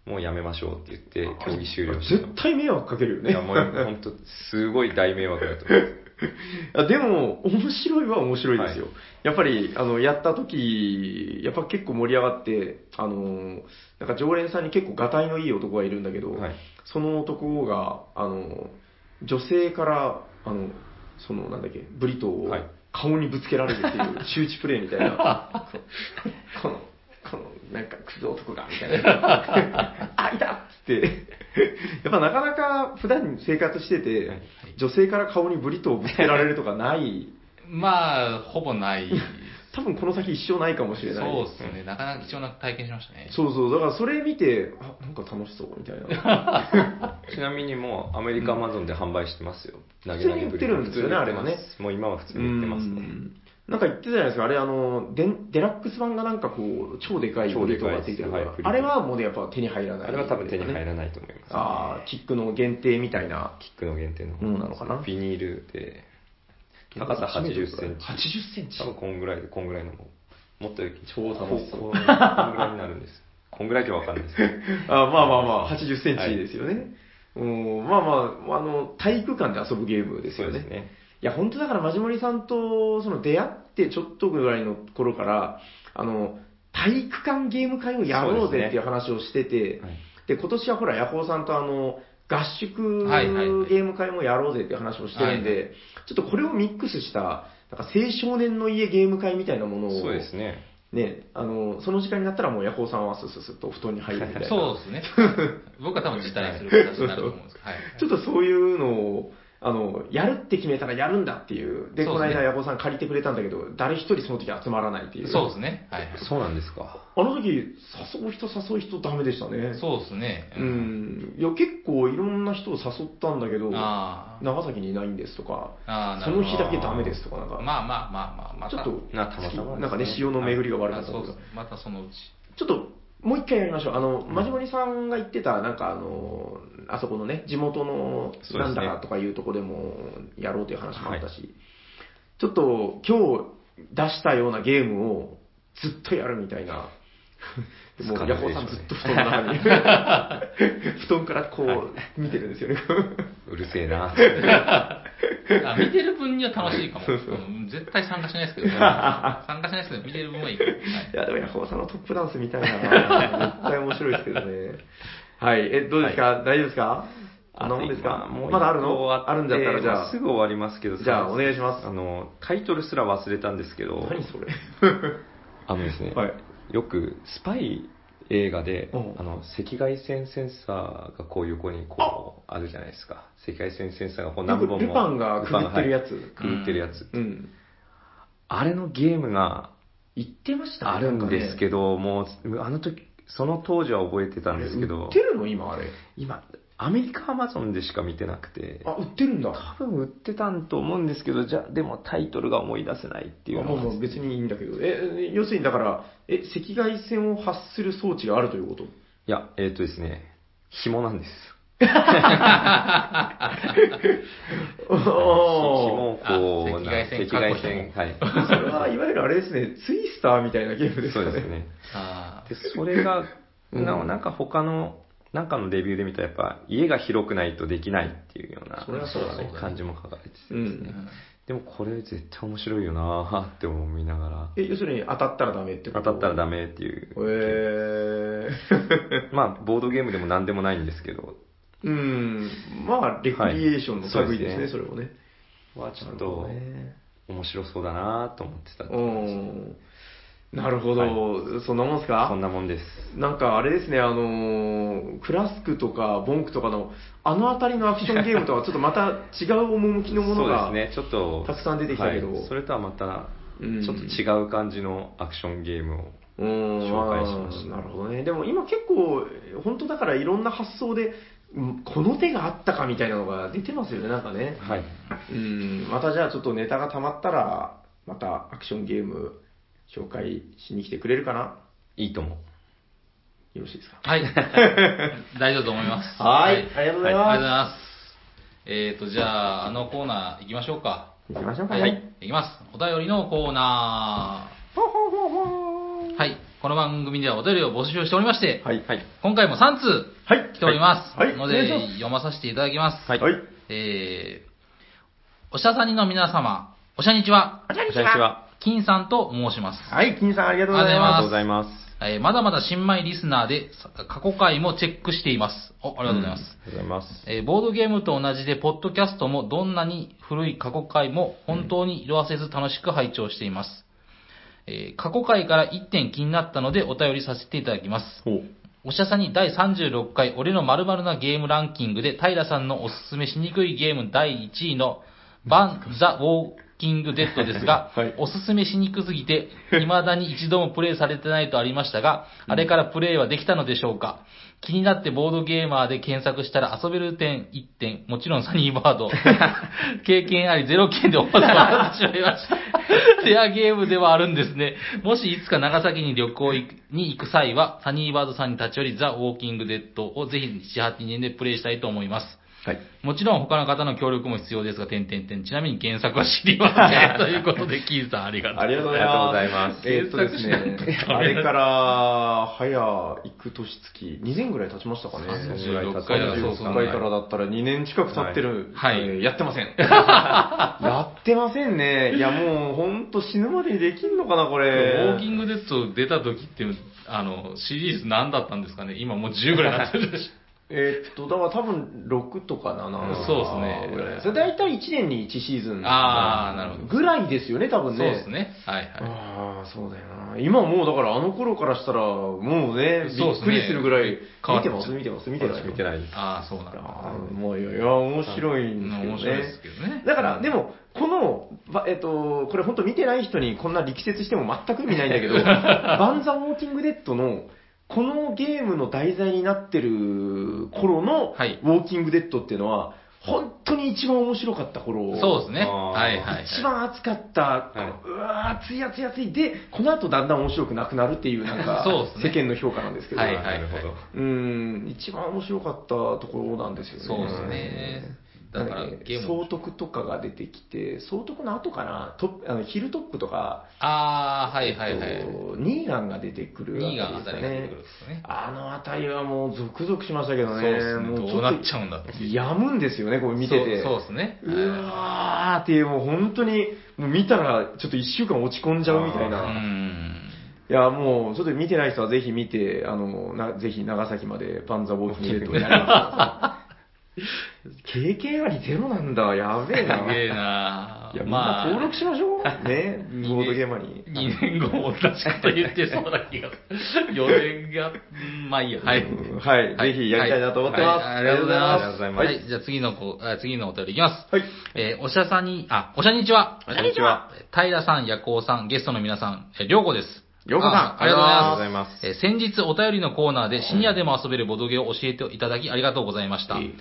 C: もうやめましょうって言って、競技終了した。
B: 絶対迷惑かけるよ
C: いや、
B: ね。
C: もう本当、すごい大迷惑だと思います。
B: あでも、面白いは面白いですよ。やっぱり、あの、やった時、やっぱ結構盛り上がって、あの、なんか常連さんに結構ガタイのいい男がいるんだけど、
C: はい
B: その男が、あの、女性から、あの、その、なんだっけ、ブリトーを
C: はい
B: 顔にぶつけられるって いう、周知プレイみたいな、この、この、なんか、クズ男が、みたい な、あ、いたっつって、やっぱなかなか普段生活してて、
C: はい
B: 女性から顔にブリトーをぶつけられるとかない、
A: まあ、ほぼない。
B: 多分この先一生ないかもし
A: そう
B: れ
A: で
B: ない。
A: すね。なかなか貴重な体験しましたね。
B: そうそう、だからそれ見て、あ、なんか楽しそう、みたいな。
C: ちなみにもうアメリカアマゾンで販売してますよ。
B: 普通に売ってるんですよね
C: 投げ投げブリッジ
B: あれはね。
C: もう今は普通に売ってます
B: う
C: ね。
B: んなんか言ってたじゃないですか、あれ、あの、デンデラックス版がなんかこう、超でかい
C: 超
B: ブリ
C: で
B: トー
C: かい
B: が
C: で
B: つ
C: す
B: いてるから、
C: はい
B: あれはもうね、やっぱ手に入らない、
C: あれは多分手に入
B: ない。
C: らないと思います。
B: ああ、キックの限定みたいな。
C: キックの限定の
B: ものなのかな
C: ビニールで、高さ80センチ
B: 80センチ
C: 多分こんぐらいで、こんぐらいのもう、もっと
B: 超楽しそう
C: こここんぐらいになるんです。 こんぐらいかわかんないですけど。
B: あまあまあまあ、80センチですよね。うんまあまあ、あの、体育館で遊ぶゲームですよ
C: そうで
B: ね。
C: すね。
B: いや、本当だから、マジモリさんと、その出会ってちょっとぐらいの頃から、あの、体育館ゲーム会をやろうぜっていう話をしてて、
C: はい
B: で、今年はほら、ヤホーさんとあの、合宿
A: はいはいはい
B: ゲーム会もやろうぜっていう話をしてるんで、
A: はい
B: ちょっとこれをミックスした、なんか青少年の家ゲーム会みたいなものを、
C: そうですね。
B: ね、あの、その時間になったらもうヤホーさんはスッスッスッとお布団に入るみたいな。
A: そう ですね。僕は多分辞退する形になると思うんですけど。はい。
B: ちょっとそういうのを、あの、やるって決めたらやるんだっていう。で、
A: そう
B: この
A: ですね
B: 間、ヤコさん借りてくれたんだけど、誰一人その時集まらないっていう。。
A: そうですすね。はいはい。
C: そうなんですか。
B: あの時、誘う人誘う人ダメでしたね。
A: そうですね。
B: う。ん。いや、結構いろんな人を誘ったんだけど、
A: あ
B: 長崎にいないんですとか、
A: あ。ああ、な
B: そ
A: るほ
B: の
A: ど。
B: 日だけダメですとか、なんか、
A: まあまあまあまあ、また。
B: ちょっと、
C: なたまたまですね
B: なんかね、潮の巡りが悪か
A: あ
B: った
A: そ
B: と
A: う
B: か
A: です。またそのうち。
B: ちょっと、もう一回やりましょう。あの、マジモリさんが言ってた、なんかあの、あそこのね、地元の
C: すね
B: なんだかとかいうとこでもやろうという話もあったし、ちょっと今日出したようなゲームをずっとやるみたいな。も
C: 疲
B: う、ヤ
C: れる
B: ホー
C: でし
B: さ
C: ょうんね
B: ずっと布団の中に。 布団からこう、見てるんですよね。
C: うるせえな。
A: あ見てる分には楽しいかも。
B: そうそう
A: うん絶対参加しないですけ ど、参加しないですけど、見てる分はいいかも。はい
B: いや、でもヤホーさんのトップダンスみたいな。絶対面白いですけどね。 はい。え、どうですか、大丈夫ですかあの、ですか
C: あと今もう
B: まだある
C: 一個
B: の
C: って
B: あるんだったら、じゃ
C: ま
B: あ。
C: すぐ終わりますけど、
B: じゃあお願いします
C: あの、タイトルすら忘れたんですけど、
B: 何それ
C: あのですね、
B: はい。
C: よくスパイ映画で、
B: うん
C: あの赤外線センサーがこう横にこうあるじゃないですか赤外線センサーがこう何本も
B: ルパンがくぐってるやつ
C: ルパンがはいくぐってるやつ、
B: うん。
C: あれのゲームが
B: 言ってました
C: あるんですけど、もうあの時その当時は覚えてたんですけ
B: 売
C: ど
B: ってるの今、あれ。
C: 今アメリカアマゾンでしか見てなくて
B: あ、売ってるんだ。
C: 多分売ってたんと思うんですけどじゃあでもタイトルが思い出せないっていう
B: あまあ
C: の
B: ま
C: が
B: あ別にいいんだけど。え、え要するにだから、え、赤外線を発する装置があるということ
C: いやえっ、とですね紐なんです紐
B: おー
C: をこう
A: あ赤外線
C: 赤外線はい
B: それはいわゆるあれですね、ツイスターみたいなゲームです
C: そ
B: か
C: う
B: ね。
C: ですね。
A: あ
C: で、それが、
B: うん
C: ななんか他の、なんかのレビューで見たらやっぱ家が広くないとできないっていうような
B: それはそうだね
C: ね感じも書かれてて
B: う
C: です
A: ー
C: ね。
B: ん。
C: でもこれ絶対面白いよなぁって思いなが
B: え、要するに当たったらダメってこ
C: ら、
B: と
C: 当たったらダメっていう。
B: え
C: まあ、ボードゲームでも何でもないんですけど、
B: ー、 うん、まあ、レクリエーションの類ですね、
C: はい
B: それもね。
C: はちょっ
B: なるほど
C: と
B: ね
C: 面白そうだなぁと思ってたって
B: う
C: 感じ
B: ん。なるほど、そんなもんすか
C: そんなもんです。
B: なんかあれですね、あのークラスクとかボンクとかの、あの辺りのアクションゲームとはちょっとまた違う趣のもの
C: そう
B: が、
C: ですね、ちょっと。
B: たくさん出てきたけど
C: はいそれとはまた
B: うん
C: ちょっと違う感じのアクションゲームを
B: うん
C: 紹介しました
B: あーなるほどね。でも今結構、本当だからいろんな発想で、うんこの手があったかみたいなのが出てますよね、なんかね。
C: はい
B: うん、またじゃあちょっとネタが溜まったら、またアクションゲーム紹介しに来てくれるかない
C: いとも
B: よろしいですか
A: はい。 大丈夫だと思います。
B: あり
A: あ
B: がとうござい
A: りがとうござい
B: ま
A: ます。えっ、と、じゃあ、あのコーナー行きましょうか。
B: す。行きましょうか
A: は
B: ね。
A: い。行きます。お便りのコーナ
B: ほほほほ
A: ー。はい。この番組ではお便りを募集しておりまして、
B: はい。はい。
A: 今回も3通
B: はい
A: 来ております。
B: はいはい
A: の
B: お願
A: で
B: いします、
A: 読まさせていただきます。
B: はい。
A: えー、おしゃさにの皆様、おしゃにちは、
B: こんに
C: こんに
B: ちは。
C: ちは
A: 金さんと申します。
B: はい、金さんありがとうござい
C: ありが
B: ま
C: とうございます
A: えーまだまだ新米リスナーで、さ過去回もチェックしています。お、ありがとうございます。
C: ありがとうございます
A: えーボードゲームと同じで、ポッドキャストもどんなに古い過去回も本当に色あせず楽しく拝聴しています。えー過去回から1点気になったのでお便りさせていただきます。
B: す。お
A: おしゃさに第36回俺の〇〇なゲームランキングで平さんのおすすめしにくいゲーム第1位のバン・ザ・ウォーキング・デッドですが、
B: はい
A: おすすめしにくすぎて、未だに一度もプレイされてないとありましたが、あれからプレイはできたのでしょうか気になってボードゲーマーで検索したら遊べる点1点、もちろんサニーバード。経験あり0件で終わってしまいました。レアゲームではあるんですね。もしいつか長崎に旅行に行く際は、サニーバードさんに立ち寄り、ザ・ウォーキング・デッドをぜひ7、8人でプレイしたいと思います。
B: はい。
A: もちろん他の方の協力も必要ですが、点点点。ちなみに原作は知りませ ん。ということで、キーさんありがとう。
B: ありがとうございます。えーっとですね、あれから、早、行く年月、2年ぐらい経ちましたかね。
A: 36回
B: 回だ
A: だ
B: そ
A: そうう
B: そ
A: そうう
B: からだったら2年近く経ってる。
A: はい
B: えーやってません。 やってませんね。いや、もう、ほんと死ぬまでにできんのかな、こ
A: ウォ
B: れ
A: ー。キング・デッド出た時って、あの、シリーズ何だったんですかね今もう10ぐらいなってるでしょ。
B: えーっと、だから多分6とか7。
A: そうですね
B: ぐらいそれ大体1年に1シーズン。
A: あーなるほど
B: ぐらいですよね、多
A: そう
B: 分ね。
A: ですね。はいはい。
B: ああ、そうだよな。今もうだからあの頃からしたら、もうね、
A: そうっ
B: びっ
A: すね
B: くりするぐらい、
A: 変わ
B: 見
A: ってちゃ
B: ます、
A: う
B: 見てます、見てます。
C: 私見てないです
A: ああ、そうなんだ。
B: あーもういや、いや面白いんですけどね。
A: 面白いですけどね。
B: だから、で
A: も、
B: も、この、ばえっと、これ本当見てない人にこんな力説しても全く意味ないん だけど、バンザ・ウォーキング・デッドの、このゲームの題材になってる頃の、
A: はい
B: ウォーキング・デッドっていうのは、本当に一番面白かった頃。
A: そうですね。
C: あー
A: はいはいはい。、
B: 一番熱かった、
C: は
B: うわー、熱い熱い熱い、で、この後だんだん面白くなくなるっていう、なんか
A: そうっすね
B: 世間の評価なんですけど、
A: はいはいはい
C: なるほど
B: うーん、一番面白かったところなんですよね。
A: そうですね。だから、
B: なん
A: ゲーム
B: 総
A: も。
B: 督とかが出てきて、総督の後かな、トップあのヒルトップとか、
A: ああ、はいはいは
B: えっ
A: い。
B: とニーガンが出てくる
A: 2が
B: あ
A: 当た
B: た
A: り
B: りで
A: が出
B: すか
A: て
B: ね
A: くるんですね。
B: あの辺りはもう、ゾクゾクしましたけど
A: そう
B: ね、
A: ですね。
B: も
A: どうなっち
B: う
A: ゃうんだっていう。
B: やむんですよね、こう見てて。
A: そうそうですね。
B: うわーっていう、もう本当に、もう見たら、ちょっと一週間落ち込んじゃうみたい
A: はい
B: な。
A: ん。
B: いや、もう、ちょっと見てない人はぜひ見て、あの、なぜひ長崎までバンザボーキングデッドになります。 経験ありゼロなんだ、やべえな。
A: すげえ
B: い
A: な
B: や、みん
A: ま
B: な
A: あ、
B: 登録しましょう。ね、
A: 年
B: ボードゲーマーに。
A: 2年後も同じこと言ってそうな気がする。4年が、うんまあいいや。はい。
B: うんはい、ぜひやりたいなと思ってます。
A: はいはいありがとうございます。
C: ありがとうございます
A: はい、じゃあ次のこ、あ次のお便りいきます。
B: はい。
A: えーおしゃさに、あ、おしゃにちは。
C: おしゃにちは。
A: 平さん、夜行さん、ゲストの皆さん、えーりょうこです。
B: りょうこさん
A: あありがとうございます。
C: ありがとうございます
A: えー先日お便りのコーナーで深夜でも遊べるボドゲを教えていただきありがとうございました。
B: いい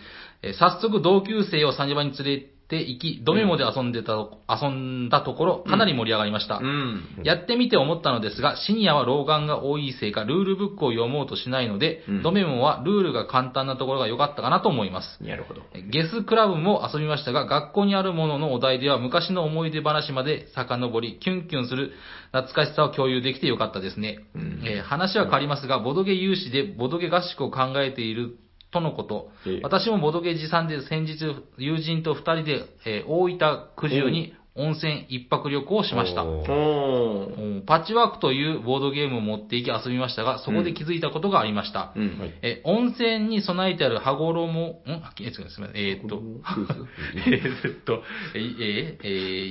A: えー早速同級生をサニバに連れて行き、ドメモで遊んでたと、遊んだところ、かなり盛り上がりました。
B: うん。
A: やってみて思ったのですが、シニアは老眼が多いせいか、ルールブックを読もうとしないので、
B: うん
A: ドメモはルールが簡単なところが良かったかなと思います。
B: なるほど。
A: ゲスクラブも遊びましたが、学校にあるもののお題では昔の思い出話まで遡り、キュンキュンする懐かしさを共有できてよかったですね。
B: うん
A: えー話は変わりますが、ボドゲ有志でボドゲ合宿を考えているとのこと
B: ええ。
A: 私もボドゲ持参で先日友人と二人で、えー大分九十に温泉一泊旅行をしました。
C: おー
B: おー。
A: おパッチワークというボードゲームを持って行き遊びましたが、そこで気づいたことがありました。
B: うん。
C: はい
A: え、温泉に備えてある羽衣、んあ、え、すみません、えーっと、 えーっと、えええ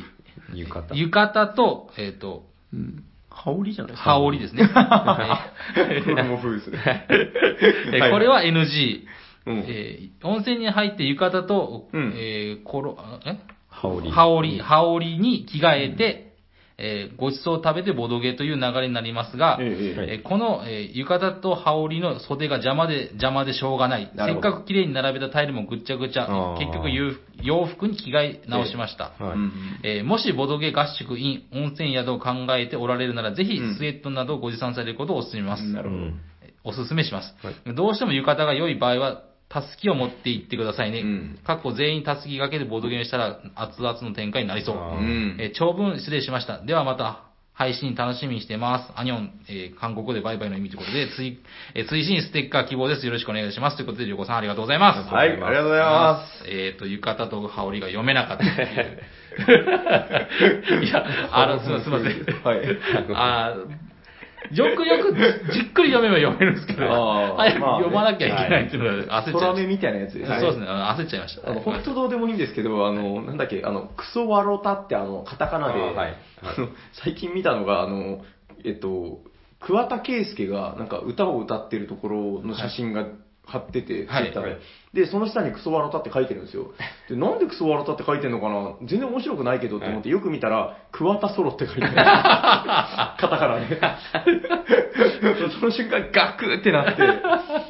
C: 浴
A: え
C: 衣
A: 浴衣と、えーっと、
B: うん。羽織じゃない
A: 羽織ですね。え
B: これもフーズ。
A: ー えこれは NG。
B: うん
A: えー温泉に入って浴衣と、
B: うん
A: えーころ、あえ
C: 羽織
A: 羽織、羽織に着替えて、えーごちそうを食べてボドゲという流れになりますが、
B: えええ
A: えーこの、えー浴衣と羽織の袖が邪魔で、邪魔でしょうがない。
B: なる
A: せっ
B: ほど
A: かく綺麗に並べたタイルもぐっちゃぐちゃ
C: あ。ー
A: 結局洋服洋服に着替え直しました。
C: はい
B: うん
A: えーもしボドゲ合宿 in 温泉宿を考えておられるなら、ぜひ
B: うん
A: スウェットなどをご持参されることをお勧めします。
B: なるほど。
C: うん
A: おすすめします、
C: は
A: どうしても浴衣が良い場合は、たすきを持って行ってくださいね。
B: うん
A: かっこ全員たすきがけでボードゲームしたら熱々の展開になりそう。
C: あ
B: う
C: ー
B: ん。
A: えー長文失礼しました。ではまた配信楽しみにしてます。アニョン、えー韓国語でバイバイの意味ということで、ついえー追伸ステッカー希望です。よろしくお願いします。ということで、りょうこさんありがとうございます。
B: はい、ありがとうございま
A: えっ、と、浴衣と羽織が読めなかったって いう。い や、あの、すいません、すいません。
B: す。はい。
A: あーよくよくじっくり読めば読めるんですけど、
B: あー
A: 早く
B: まあね
A: 読まなきゃいけないっていうのが焦っちゃい
B: 空目
A: まし
B: みたいなやつです
A: た。
B: ね。
A: そうですね、あの焦っちゃいました。
B: あの、本当どうでもいいんですけど、あの、なんだっけ、あの、クソワロタってあの、カタカナで、
C: あーはい
B: あの最近見たのが、あの、えっと、桑田佳祐がなんか歌を歌ってるところの写真が貼ってて、
A: はい
B: Twitter で
C: はい
B: で、その下にクソワロタって書いてるんですよ。で、なんでクソワロタって書いてるのかな全然面白くないけどって思って、よく見たら、桑田ソロって書いてあ る。カタカナで。その瞬間、ガクってなって、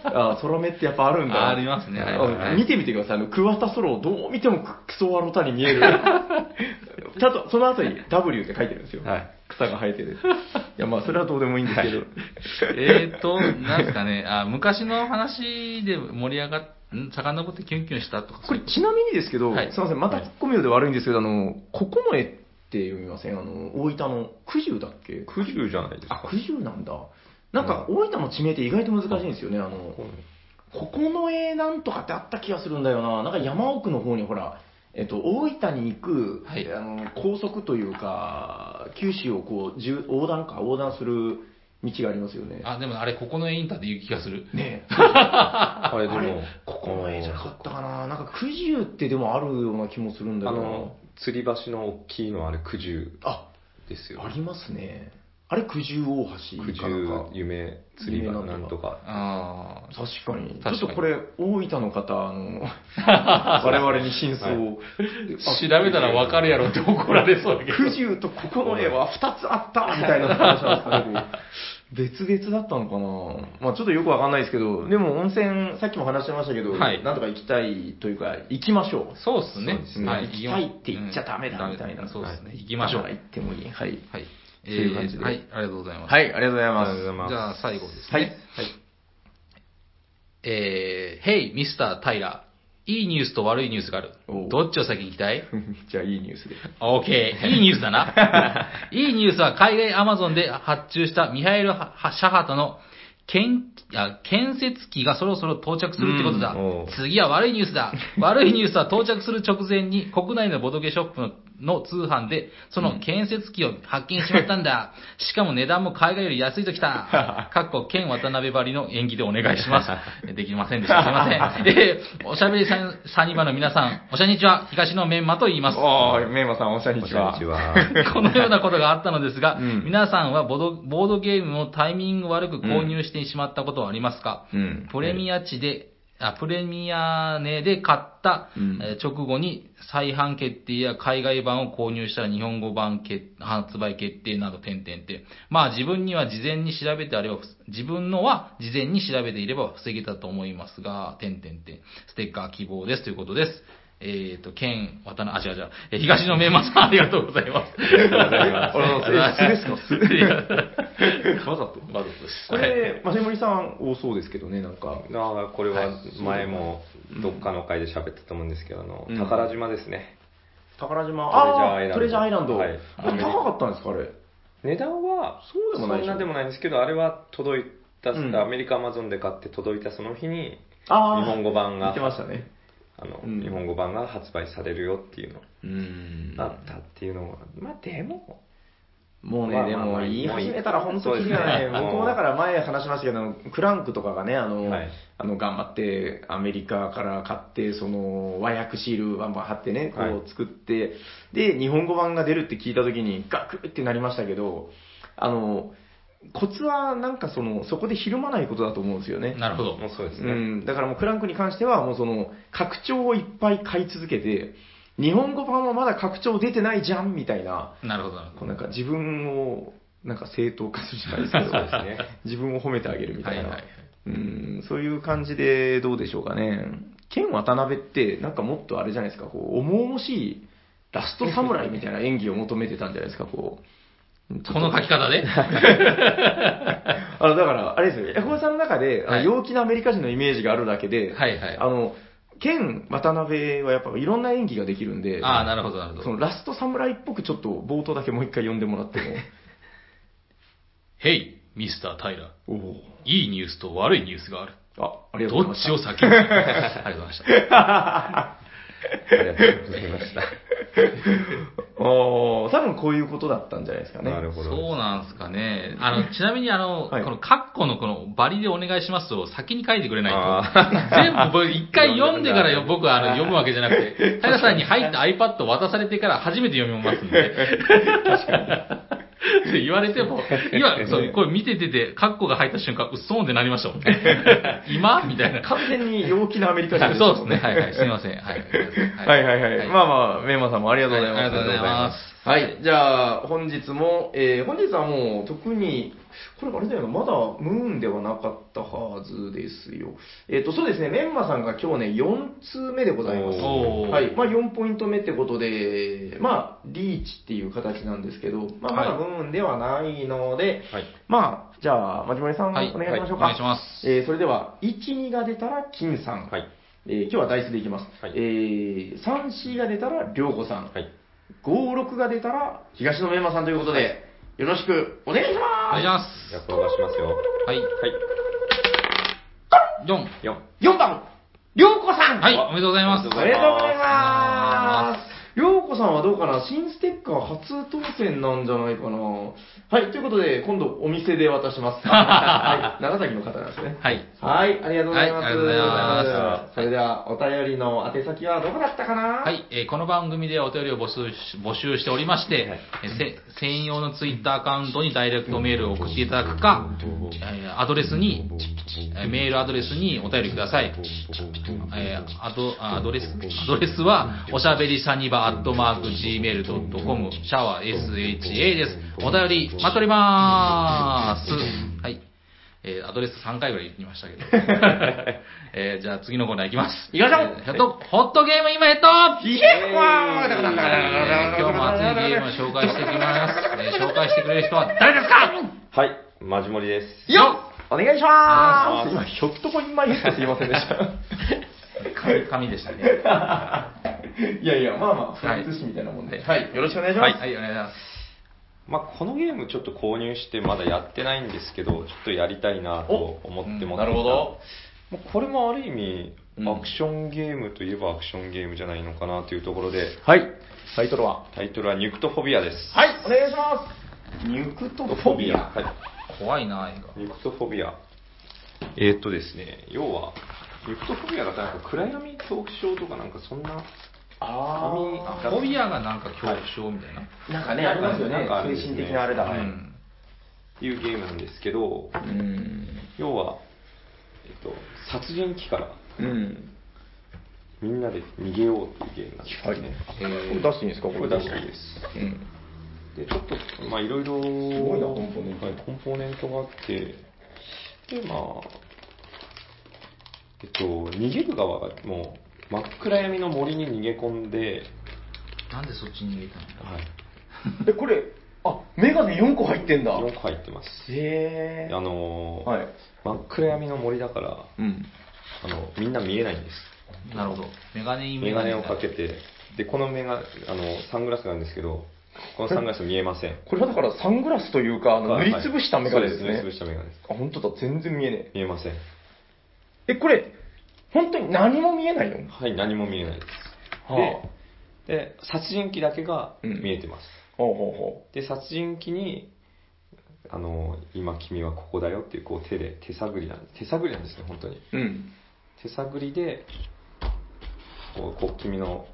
B: あー、ソロ目ってやっぱあるんだな。
A: ありますねはい
B: あ見てみてください。あの、桑田ソロをどう見てもクソワロタに見 える。ちゃんと、その後に W って書いてるんですよ。
C: はい
B: 草が生えてる。いや、まあ、それはどうでもいいんですけど。
A: えーと、なんですかね、あ昔の話で盛り上がっ、ん遡ってキュンキュンしたとか。
B: これ、ちなみにですけど、
A: はい
B: すいません、また
C: はい
B: 突っ込みようで悪いんですけど、あの、ここの絵って読みませんあの、大分の九十だっけ
C: 九十じゃないです
B: あ
C: か、。
B: 九十なんだ。なんか、大分の地名って意外と難しいんですよね。あの、ここの絵なんとかってあった気がするんだよな、なんか山奥の方にほら、えっと、大分に行く、
A: はい
B: あの高速というか、九州をこうじゅ横断か、横断する道がありますよね。
A: あ、でもあれ、ここのインターで言う気がする。
B: ねえ
C: あ
B: あ
C: れでも、
B: ここの絵じゃなかったかな、なんか九十ってでもあるような気もするんだ
C: あ
B: よな。
C: の、吊り橋の大きいのあれ九十
B: あ
C: ですよ
B: あ。りますね。あれ九十大橋
C: 九
B: かなんか
C: 十夢吊り橋なんとか。
A: あー
B: 確かに。
A: 確かに
B: ちょっとこれ、大分の方、あの、我々に真相を。あ
A: 調べたらわかるやろって怒られそうだけど。
B: 九十とここの絵は2つあったみたいな話なんですけど、 別々だったのかなまあちょっとよくわかんないですけど、でも温泉、さっきも話してましたけど、
A: はい
B: なんとか行きたいというか、行きましょ
A: そうっすね
C: そうです。ね
A: はい
B: 行きたいって言っちゃダメだみたいな
A: うんそうですね。
B: はい
A: 行
B: う。
A: きましょう。
B: だから行ってもいい。はい。
A: はい。え
B: いう感じ
A: ー、
B: で
A: はい、ありがとうございます。
B: はい、ありがとうござい
C: ありがとうござい
B: ま
C: ます
A: じゃあ最後です
B: す。
A: ね。
B: はい。
A: えー、Hey, Mr. タイラー。いいニュースと悪いニュースがある
B: お。う
A: どっちを先に行きたい
B: じゃあいいニュースで。
A: ?OK。いいニュースだな。いいニュースは海外アマゾンで発注したミハエル・ハシャハタの建あ建設機がそろそろ到着するってことだ
C: うんおう。
A: 次は悪いニュース だ。悪いニュースは到着する直前に国内のボドゲショップのの通販でその建設機を発見しまったん だ。しかも値段も海外より安いときた。かっこ、県渡辺ばりの演技でお願いします。 できませんでした。すいません。えーおしゃべりさんサニバの皆さん、おしゃにちは、東のメンマと言います。
B: ああ、メーマさん、おしゃに
C: こんに
B: ち
C: ち
B: は。
C: は。
A: このようなことがあったのですが、
B: うん
A: 皆さんはボードボードゲームをタイミング悪く購入してしまったことはありますか、
B: うん
A: プレミア値で、あプレミア値で買った、
B: うん
A: えー直後に再販決定や海外版を購入したら日本語版決発売決定など点々って。まあ自分には事前に調べてあれば、自分のは事前に調べていれば防げたと思いますが、点々点。ステッカー希望ですということです。えっ、と、県、渡辺、あ、違う違う、えー東のメンマ さんありがとうございます。
B: あ のえ素ですか素
A: いや
B: わざと
A: わざとです
B: これ、マセモリさん多そうですけどね、なんか。
C: あこれは前もどっかの回で喋ったと思うんですけど、あの
B: うん
C: 宝島ですね。
B: 宝島、ああー、ト
C: ト
B: レジ
C: レジ
B: ャ
C: ャ
B: ーア
C: ーア
B: イ
C: イ
B: ラ
C: ラ
B: ン
C: ン
B: ド。こ
C: ドはい
B: れ高かったんですか、あれ。
C: 値段は
B: そうでもないでしょ
C: そんなでもないんですけど、あれは届いた、
B: うん
C: アメリカアマゾンで買って届いたその日に、
B: ああ、
C: 日本語版が
B: 言ってましたね。
C: あの
B: うん
C: 日本語版が発売されるよっていうの
B: うん
C: だったっていうのは、まあでも、
B: もう
C: まあ
B: ね、で
C: まあま
B: も
C: あ
B: 言い始めたら本当に
C: そ
B: ね
C: うで、すね
B: 僕もだから前話しましたけど、クランクとかがね、あの、
C: はい
B: あの頑張ってアメリカから買って、その和訳シールバンバン貼ってね、
C: はい
B: こう作って、で、日本語版が出るって聞いた時にガクってなりましたけど、あの、コツはなんかその、そこでひるまないことだと思うんですよね。
A: なるほど。
C: もうそうです
B: う
C: ね。
B: ん、だからもうクランクに関しては、もうその、拡張をいっぱい買い続けて、日本語版はまだ拡張出てないじゃんみたいな、
A: なるほど、なるほ
B: こ
A: ど。
B: うなんか自分を、なんか正当化するじゃな いですけど、
C: ですね
B: 自分を褒めてあげるみたいな、
A: はいはいはい
B: うん、そういう感じでどうでしょうかね。剣渡辺って、なんかもっとあれじゃないですか、こう、重々しいラスト侍みたいな演技を求めてたんじゃないですか、こう。
A: この書き方で
B: あの、だから、あれですよ、ヤコブさんの中で、あの
A: はい
B: 陽気なアメリカ人のイメージがあるだけで、
A: はいはい
B: あの、剣渡辺はやっぱいろんな演技ができるんで、
A: ああ、なるほど、なるほ
B: そ
A: ど
B: の。ラスト侍っぽくちょっと冒頭だけもう一回読んでもらっても。
A: Hey, Mr. タイラ
B: おお。
A: いいニュースと悪いニュースがある。
B: あ、ありがと
A: ど
B: う
A: っ
B: ございまし
A: ちを
B: た。
A: 先にありがとうございました。
C: ありがとうござい ました。
B: おー多分こういうことだったんじゃないですかね。
C: なるほど。
A: そうなんですかね。あの、ちなみにあの、
B: はい
A: このカッコのこのバリでお願いしますを先に書いてくれないと。
C: あ
A: 全部僕一回読んでから よ僕はあの読むわけじゃなくて、平さんに入った iPad を渡されてから初めて読みますんで。って言われても、今、そう、これ見ててて、カッコが入った瞬間、うっそーんってなりましたもん。 今みたいな。
B: 完全に陽気なアメリカ人
A: そうです
B: もん
A: ね。はいはい。すみません。はい。
B: はいはいはい。まあまあ、メンマさんもありがとうございます。
A: はいありがとうございます
B: はい。じゃあ、本日も、えー本日はもう特に、これあれだよな、まだムーンではなかったはずですよ。えっ、と、そうですね、メンマさんが今日ね、4通目でございます。
A: おー
B: はい。まあ、4ポイント目ってことで、まあ、リーチっていう形なんですけど、まあ、まだ
A: は
B: ムーンではないので、
C: はい。
B: まあ、じゃあ、まじもりさん、
A: はい
B: お願いしましょうか。
A: はいお願いします
B: えーそれでは、1、2が出たら、金さん。
C: はい。
B: えー今日はダイスでいきます。
C: はい
B: えー、3、4が出たら、りょうこさん。
C: はい。
B: 5、6が出たら、東野メンマさんということで、よろしくお願いし
A: お願いし
B: ま
A: ます。
C: じゃあ、転がしますよ。
A: はい。
C: はい。
A: 4。
B: す。
C: 4。
B: 4番、りょうこさん
A: はい。おめでとうございます
C: お。
B: おめ
C: めで
B: で
C: と
B: と
C: う
B: う
C: ご
B: ご
C: ざ
B: ざ
C: い
B: い
A: ま
B: ます。りょうこさんはどうかな新ステッカー初当選なんじゃないかなはい、ということで、今度お店で渡 します。はい、長崎の方なんですね。
A: はい。
B: はい、ありがとうございます。
A: はいありがとうございます
B: それでは、お便りの宛先はどこだったかな
A: は。い、えーこの番組ではお便りを募集し募集しておりまして、
C: はい
A: えーせ専用のツイッターアカウントにダイレクトメールを送っていただくか、えーアドレスに、えーメールアドレスにお便りください。えーアドあアドレスアドレスは、おしゃべりサニバアットマーク Gmail.com、シャワー SHA です。お便り待っております。はい。えーアドレス3回ぐらい言いま したけど。えーじゃあ次のコーナーいきます。
B: 行きましょう
A: えーヘッドホットゲーム今ヘッド
B: イエーイ
A: えー今日も熱いゲームを紹介していきます。えー紹介してくれる人は誰ですか
C: はい。マジモリです。
B: よお願いします
C: お願い
B: 今、ひょっとこいまいってすいませんでした。
A: 神神でしたね。
B: いやいや、まあまあ、フランス紙みたいなもんで。はい、よろしくお願いします。
A: はい、お願いします。
C: まあ、このゲームちょっと購入してまだやってないんですけど、ちょっとやりたいなと思って
B: お
C: も
B: なるほど。
C: まあこれもある意味、
B: うん
C: アクションゲームといえばアクションゲームじゃないのかなというところで、
B: はい、タイトルは
C: タイトルはニュクトフォビアです。
B: はい、お願いします。ニュクトフォビア。
C: はい。
A: 怖いな、映
C: ニクトフォビア。えーっとですね、要は、ニクトフォビアがなんか暗闇恐怖症とかなんかそんな、
B: あ
A: 画。フォビアがなんか恐怖症みたいな。
B: ーなんかね、ありますよ
C: なん
B: ね
C: かあ。るんで
B: 精
C: すね
B: 神的なあれだ。
C: はいう
B: うん
C: いうゲームなんですけど、
B: ん。
C: 要は、えっと、殺人鬼から
B: うん。
C: みんなで逃げようっていうゲームなんです
B: はい。
C: ね。
B: これ出していいんですかこ
C: これ出していいです。
B: うん。
C: でちょっとまあいろいろす
B: ごいなコンポーネント
C: コンポーネントがあってでまあえっと逃げる側がもう真っ暗闇の森に逃げ込んで、
A: なんでそっちに逃げたの
C: はい、
B: え、これ、あ、メガネ4個入ってんだ。
C: 4個入ってます
B: へ
C: で
B: え。
C: あのー
B: はい。
C: 真っ暗闇の森だから
B: うん。
C: あのみんな見えないんです
A: なるほど。メガネに
C: 眼鏡をかけ
A: て。
C: てでこのメガあのサングラスなんですけどこのサングラス見えません
B: これはだからサングラスというか、あの 塗りつぶしたメガネです
C: はい
B: ね。
C: そうです塗りつぶしたメガネです
B: あ、本当だ、全然見えね
C: 見えません
B: え。え、これ、本当に何も見えないの
C: はい何も見えないです
B: はあ
C: で、殺人鬼だけが
B: うん
C: 見えてます。
B: ほうほうほ
C: で、殺人鬼に、あの、今君はここだよっていう、こう手で、手探りなん手探りなんですね、本当に。
B: う。うん。
C: 手探りで、こう、こう君の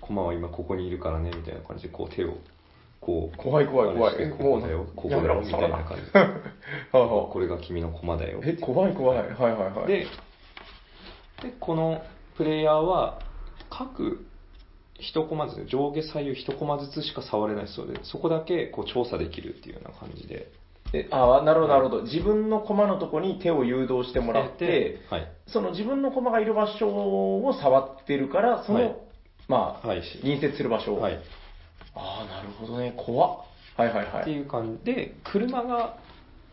C: 駒は今ここにいるからね、みたいな感じで、こう手を、こう、
B: 怖い怖い怖
C: あれ
B: い。
C: してここだよ、ここだ
B: やめ
C: よ、
B: ろ、
C: み
B: 触
C: たい
B: ら
C: な
B: な
C: 感じ
B: はあは
C: これが君の駒だよ
B: あ。。え、怖い怖い。はいはいはい。
C: で、で、このプレイヤーは、各一コマずつ、上下左右一コマずつしか触れないそうで、そこだけこう調査できるっていうような感じで。
B: えああ、なるほど、なるほど。自分の駒のとこに手を誘導してもらって、
C: はい。
B: その自分の駒がいる場所を触ってるから、その、
C: はい
B: まあ、
C: はい。
B: 隣接する場所を。
C: はい。
B: ああ、なるほどね。怖っ。はいはいは
C: って
B: い。
C: いう感じで、車が、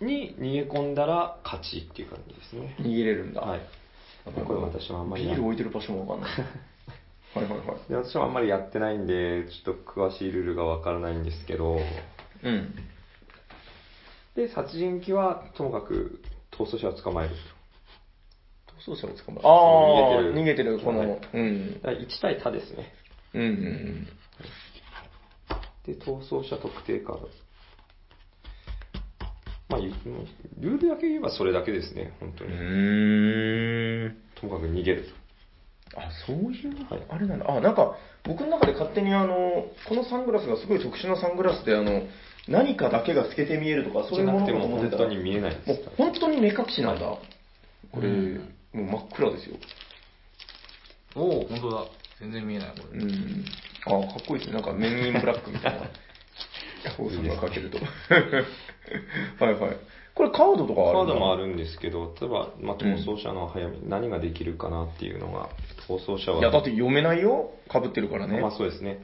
C: に逃げ込んだら勝ちっていう感じですね。
B: 逃げれるんだ。
C: はい。これ私はあんまり
B: ビール置いてる場所もわかん ない。はいはいはい。
C: で私はあんまりやってないんで、ちょっと詳しいルールがわからないんですけど、
B: うん。
C: で、殺人鬼はともかく逃走者を捕まえる
B: 逃走者を捕まえああ、
C: 逃げてる
B: 逃げてる、この、
C: はい
B: うん
C: と。。だから1対他ですね。
B: うんうん
C: で、逃走者特定カード。まあ、ゆもうルールだけ言えばそれだけですね、本当
B: う
C: に。
B: ん。うーん。
C: ともかく逃げる
B: あ、そういう、
C: はい
B: あれなんだ。あ、なんか、僕の中で勝手にあの、このサングラスがすごい特殊なサングラスで、あの、何かだけが透けて見えるとか、
C: と。
B: そう
C: じ
B: いう
C: ゃな
B: もの
C: くて
B: かと
C: も
B: 思っ
C: 本
B: てた
C: 当に見えないで
B: も
C: す
B: う。本当に目隠しなんだ。これ、
A: うん
B: もう真っ暗ですよ。
A: おお、本当だ。全然見えない、こ
B: う
A: れ。
B: ん。あ、かっこいいですね。なんか、メンインブラックみた いな。王様がかけると。 はいはい。これカードとか
C: カ
B: ある
C: ードもあ
B: る。
C: るんですけど、例えば、まあ、逃走者の早め、何ができるかなっていうのが、逃走者は。
B: いや、だって読めないよ。被ってるからね。
C: まあそうですね。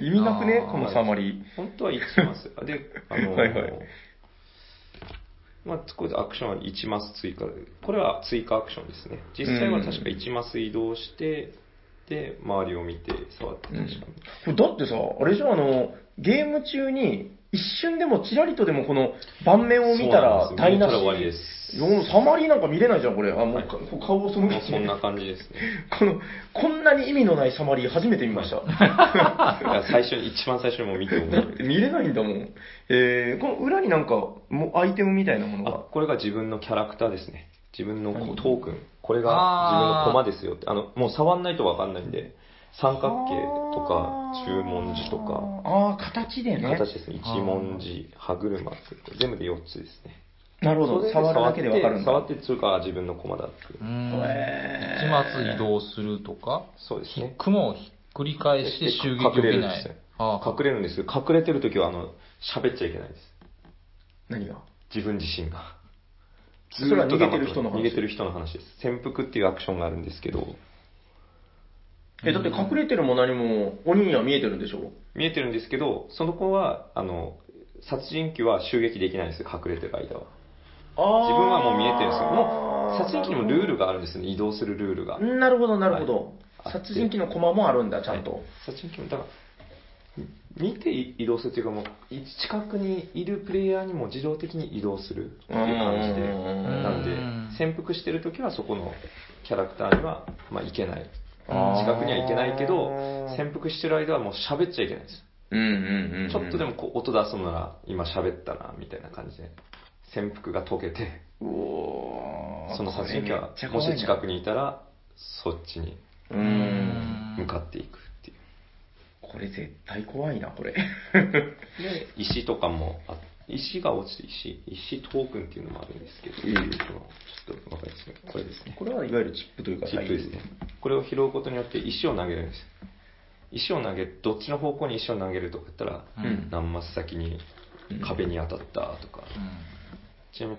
B: 意味なくね
A: あ、ー
B: このサマリ
C: 本当は1マス。で、あの、
B: はいはい
C: まあ、これでアクションは1マス追加で、これは追加アクションですね。実際は確か1マス移動して、で、周りを見て、触って、
B: ー。
C: 確かに。
B: これだってさ、あれじゃあの、ゲーム中に一瞬でもチラリとでもこの盤面を見たら
C: そうなん
B: 台
C: です
B: 無し。
C: 見たら終わりです
B: もうサマリーなんか見れないじゃん、これ。あ、もうか、こう顔をその
C: まあそんな感じです ね。
B: この、こんなに意味のないサマリー初めて見ました。
C: だから最初に、一番最初にもう見て思
B: だっ
C: う。
B: て 見れないんだもん。えー、この裏になんか、もうアイテムみたいなもの
C: あ
B: が。、
C: これが自分のキャラクターですね。自分のこ
B: 何
C: うトークン。これが
A: あー
C: 自分のコマですよって。あの、もう触んないとわかんないんで、三角形とか、十文字とか。。
B: あー、形でね。
C: 形ですね。一文字、歯車っていう全部で4つですね。
B: なるほ
C: それ
B: ど。
C: で
B: 触るだけでわかるんだ。
C: 触って、触ってそれから自分の駒だっていうう。
A: ん。
B: へー
A: 一末移動するとか、
C: そうですね。
A: 雲をひっくり返して襲撃を受
C: 隠れ
A: け
C: るんで
A: な
C: す
A: い
C: よ。
A: ああ
C: 隠れるんですけど、隠れてるときは、あの、喋っちゃいけないです。
B: 何が
C: 自分自身が。
B: それは逃げてる人の話
C: ずーっと黙って逃げてる人の話です。潜伏っていうアクションがあるんですけど、
B: え、だって隠れてるも何も、鬼には見えてるんでしょ
C: 見えてるんですけど、その子は、あの、殺人鬼は襲撃できないんですよ、隠れてる間は。
B: あ
C: 自分はもう見えてるんですよ。もう、殺人鬼にもルール
B: が。
C: があるんですよね、移動するルールが。
B: なるほど、なるほど。
C: はい
B: 殺人鬼の駒もあるんだ、ちゃんと。
C: はい殺人鬼もだからみ見て移動するっていうかもうい近くにいるプレイヤーにも自動的に移動するっていう感じで
B: うーん
C: なんで
A: うん
C: 潜伏してる時はそこのキャラクターには、まあ、行けない
B: あー
C: 近くには行けないけど潜伏してる間はもう喋っちゃいけないです、
B: うんうんうんうん
C: ちょっとでもこう音出すのなら今喋ったなみたいな感じで潜伏が解けて
B: うおー
C: その殺人鬼は
B: これめっちゃ
C: も
B: 怖いな
C: し近くにいたらそっちに
B: うーん。
C: 向かっていくっていう
B: これ絶対怖いな、 これ。
C: で、石とかもあ、石が落ちて石、石トークンっていうのもあるんですけど、
B: ええ
C: このちょっとわかりますね。これですね。
B: これはいわゆるチップというか、
C: チップですね。これを拾うことによって石を投げるんです。石を投げ、どっちの方向に石を投げるとか言ったら、
A: う
B: うん
A: ん。
C: 何マス先に壁に当たったとか、ちなみに、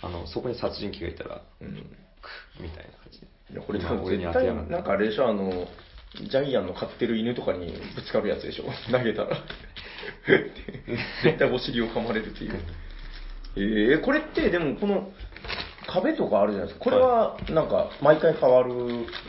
C: あの、そこに殺人鬼がいたら、
B: はい。うん
C: クッみたいな感じで。
B: いや、これ
C: 今
B: 多分
C: 俺に
B: 絶
C: 当て
B: 対
C: やがっ、た
B: なんかあれでしょ、あの、ジャイアンの飼ってる犬とかにぶつかるやつでしょ、 投げたら。絶対お尻を噛まれるって いう。えー、これって、でもこの、壁とかあるじゃないですか。これは、なんか、毎回変わる。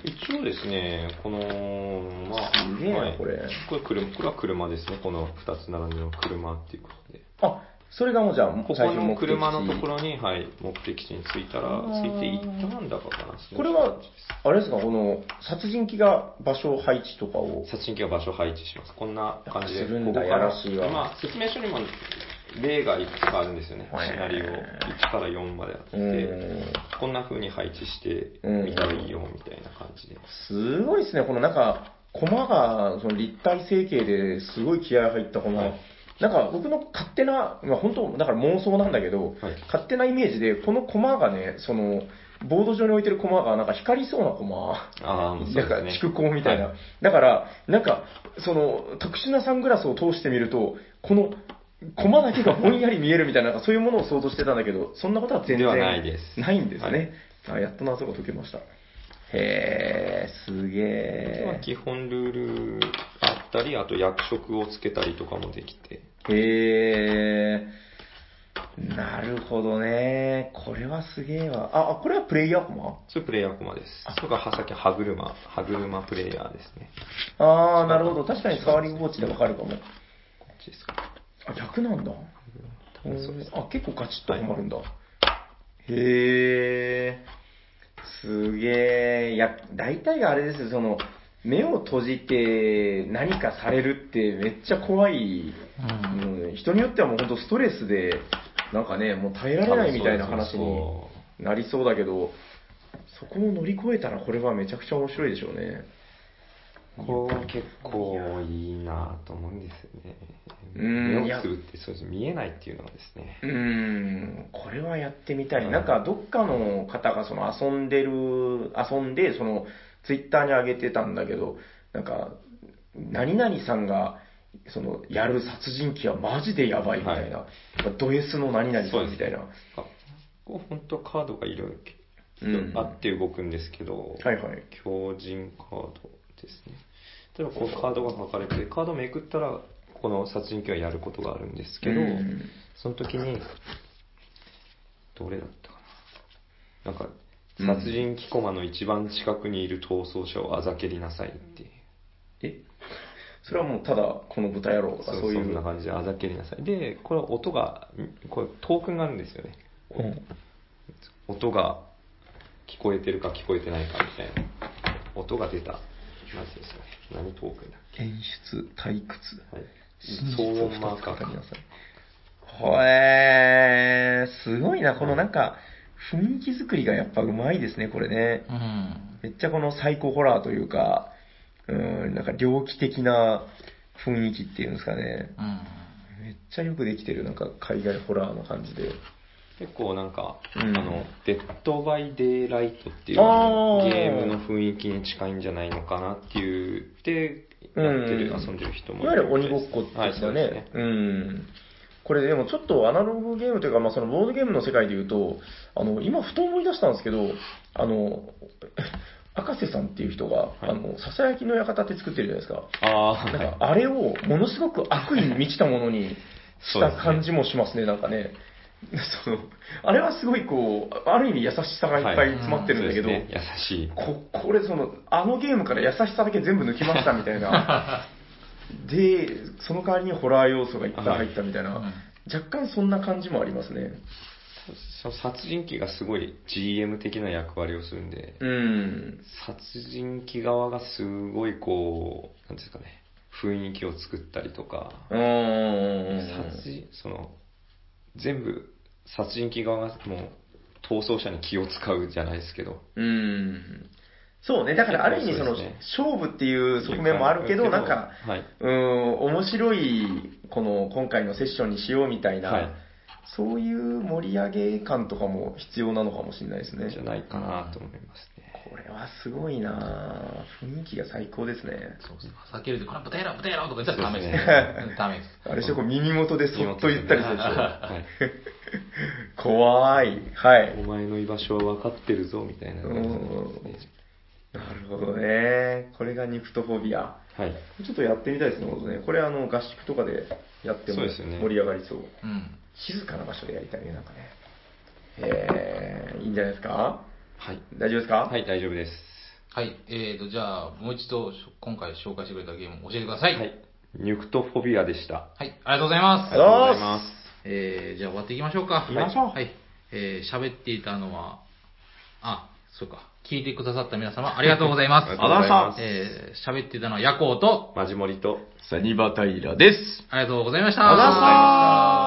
C: 一応ですね、この、まあ、
B: すげえな
C: はい
B: これ
C: これ車、これは車ですね。この2つ並んでの車っていうことで。
B: あ、それがもうじゃあ、
C: ここ
B: 最初
C: の
B: 目的地
C: 車のところに、はい、目的地に着いたら
B: あ、ー
C: 着いていったなんだかかな。
B: これは、あれですか、この、殺人鬼が場所配置とかを。
C: 殺人鬼が場所を配置します。こんな感じで、
B: するんだ
C: ここ
B: やらしいわ
C: 今、説明書にも例がいくつかあるんですよね。シ
B: へー
C: ナリオ1から4まであっ
B: う
C: て、
B: ん。
C: こんな風に配置して
B: うん
C: みたらいいよ、みたいな感じで。
B: すごいですね、このなんか、駒が、その立体成形ですごい気合い入った駒。
C: はい
B: なんか僕の勝手な、まあ、本当、だから妄想なんだけど、
C: はい
B: 勝手なイメージで、この駒がね、その、ボード上に置いてるコマが、なんか光りそうなコマ。
C: ああ、もうそう
B: なんか
C: ですね。
B: 蓄光みたいな。
C: は
B: だから、なんか、その、特殊なサングラスを通してみると、この、コマだけがぼんやり見えるみたいな、なんかそういうものを想像してたんだけど、そんなことは全然
C: ではないです
B: ないんですね。あやっと謎が解けました。へえ、すげ
C: まあ
B: え。
C: 基本ルールあったり、あと役職をつけたりとかもできて。
B: へえ。なるほどね。これはすげえわ。あ、あこれはプレイヤーコマ
C: それプレイヤーコマです。それがさっき歯車、歯車プレイヤーですね。
B: ああ、なるほど。確かに触り心地でわかるかも。
C: こっちですか。
B: あ、逆なんだ。
C: 多分そうです。
B: あ、結構ガチッとはまるんだ。へえ。すげえ。いや、大体があれですよ、その、目を閉じて何かされるってめっちゃ怖い。うん、人によってはもう本当ストレスで、なんかね、もう耐えられないみたいな話に
C: 多分そうです
B: なりそうだけど、そこを乗り越えたらこれはめちゃくちゃ面白いでしょうね。
C: こう結構いいなぁと思うんですよね。
B: うんい
C: 目
B: や
C: をつぶってそうです見えないっていうのはですね。
B: うーん、これはやってみたい。なんか、どっかの方がその遊んでる、遊んで、その、ツイッターに上げてたんだけど、なんか、何々さんが、その、やる殺人鬼はマジでやばいみたいな、ド S の何々さんみたいな。
C: あこう本当カードがいろい
B: うん
C: ろあって動くんですけど、
B: はいはい。
C: 強靭カードですね。例えばこうカードが書かれて、カードめくったら、この殺人鬼はやることがあるんですけど、
B: うん
C: その時に、どれだったかな。なんか、
B: うん
C: 殺人鬼コマの一番近くにいる逃走者をあざけりなさいっていう。
B: えそれはもうただ、この豚野郎とか
C: そう
B: そうい
C: そん
B: う。
C: な感じであざけりなさい。で、これ音が、んこれトークンがあるんですよね。
B: うん
C: 音が聞こえてるか聞こえてないかみたいな。音が出た。なんていうんですかね。何トークンだっ
B: 演出、退屈。
C: け。はい。
B: 真
C: 騒
B: 実を
C: 音マーカーか。
B: ほえー、すごいな、このなんか、雰囲気作りがやっぱうまいですね、これね。
A: うん。
B: めっちゃこのサイコホラーというか、うん、なんか猟奇的な雰囲気っていうんですかね。
A: うん。
B: めっちゃよくできてる、なんか海外ホラーの感じで。
C: 結構なんか、
B: うん
C: あの、デッドバイデイライトっていう
B: あー
C: ゲームの雰囲気に近いんじゃないのかなっていう、で、
B: う
C: やってる、
B: ん
C: 遊んでる人も
B: いわゆる鬼ごっこ
C: っ
B: ってて
C: はい、
B: やつ
C: そ
B: だ
C: う
B: ね。
C: ですね。
B: うん。これでもちょっとアナログゲームというか、まあ、そのボードゲームの世界で言うと、あの、今ふと思い出したんですけど、あの、 赤瀬さんっていう人が、あの、ささやきの館って作ってるじゃないですか。
C: あ
B: な
C: あ、
B: んか、あれをものすごく悪意に満ちたものにした感じもしますね、なんかね。 その、あれはすごいこう、ある意味優しさがいっぱい詰まってるんだけど、
C: そうですね優しい。
B: ここれそのあのゲームから優しさだけ全部抜きましたみたいなでその代わりにホラー要素がいっぱい入ったみたいな、
A: はい
B: 若干そんな感じもありますね
C: その殺人鬼がすごい GM 的な役割をするんで、
B: うん
C: 殺人鬼側がすごいこう、なんていうんですかね、雰囲気を作ったりとか、
B: うんうん
C: 殺人、その、全部、殺人鬼側がもう、逃走者に気を使うじゃないですけど、
B: うんそうねだからある意味その
C: そうで
B: 勝負っていう側面もあるけどなんか
C: はい。
B: うん面白いこの今回のセッションにしようみたいな、
C: はい
B: そういう盛り上げ感とかも必要なのかもしれないですね
C: じゃないかなと思いますね。
B: これはすごいなぁ雰囲気が最高ですね。
A: そうそう。避けるで、これ豚やろ、豚やろとか言ったらダメです
C: そう
A: ね
C: で。
A: うんダメです。
B: あれでしょ、こう耳元でそっと言ったりするでし
C: は
B: ょ。
C: い
B: 怖い。はい
C: お。前の居場所は分かってるぞ、みたいな
B: う
C: 感じで
B: んなるほどね。これがニクトフォビア。
C: はい。
B: ちょっとやってみたいですね、本当ね。これあの合宿とかでやっても
C: そうですよね
B: 盛り上がりそう。
A: うん。
B: 静かな場所でやりたいね、なんかね。えー、いいんじゃないですか
C: はい。
B: 大丈夫ですか
C: はい、大丈夫です。
A: はい。えーと、じゃあ、もう一度、今回紹介してくれたゲームを教えてください。
C: は
A: はい。
C: い。ニュクトフォビアでした。
A: ありがとうございます。
B: ありがとうございます
A: えー、じゃあ終わっていきましょうか。
B: 行きましょう
A: はい。えー、喋っていたのは、あ、そうか。聞いてくださった皆様、ありがとうございます。
C: ありがとうございます
A: えー、喋っていたのは、ヤコウと、
C: マジモリと、
B: サニバタイラです。
A: ありがとうございました。
B: ありがとうございました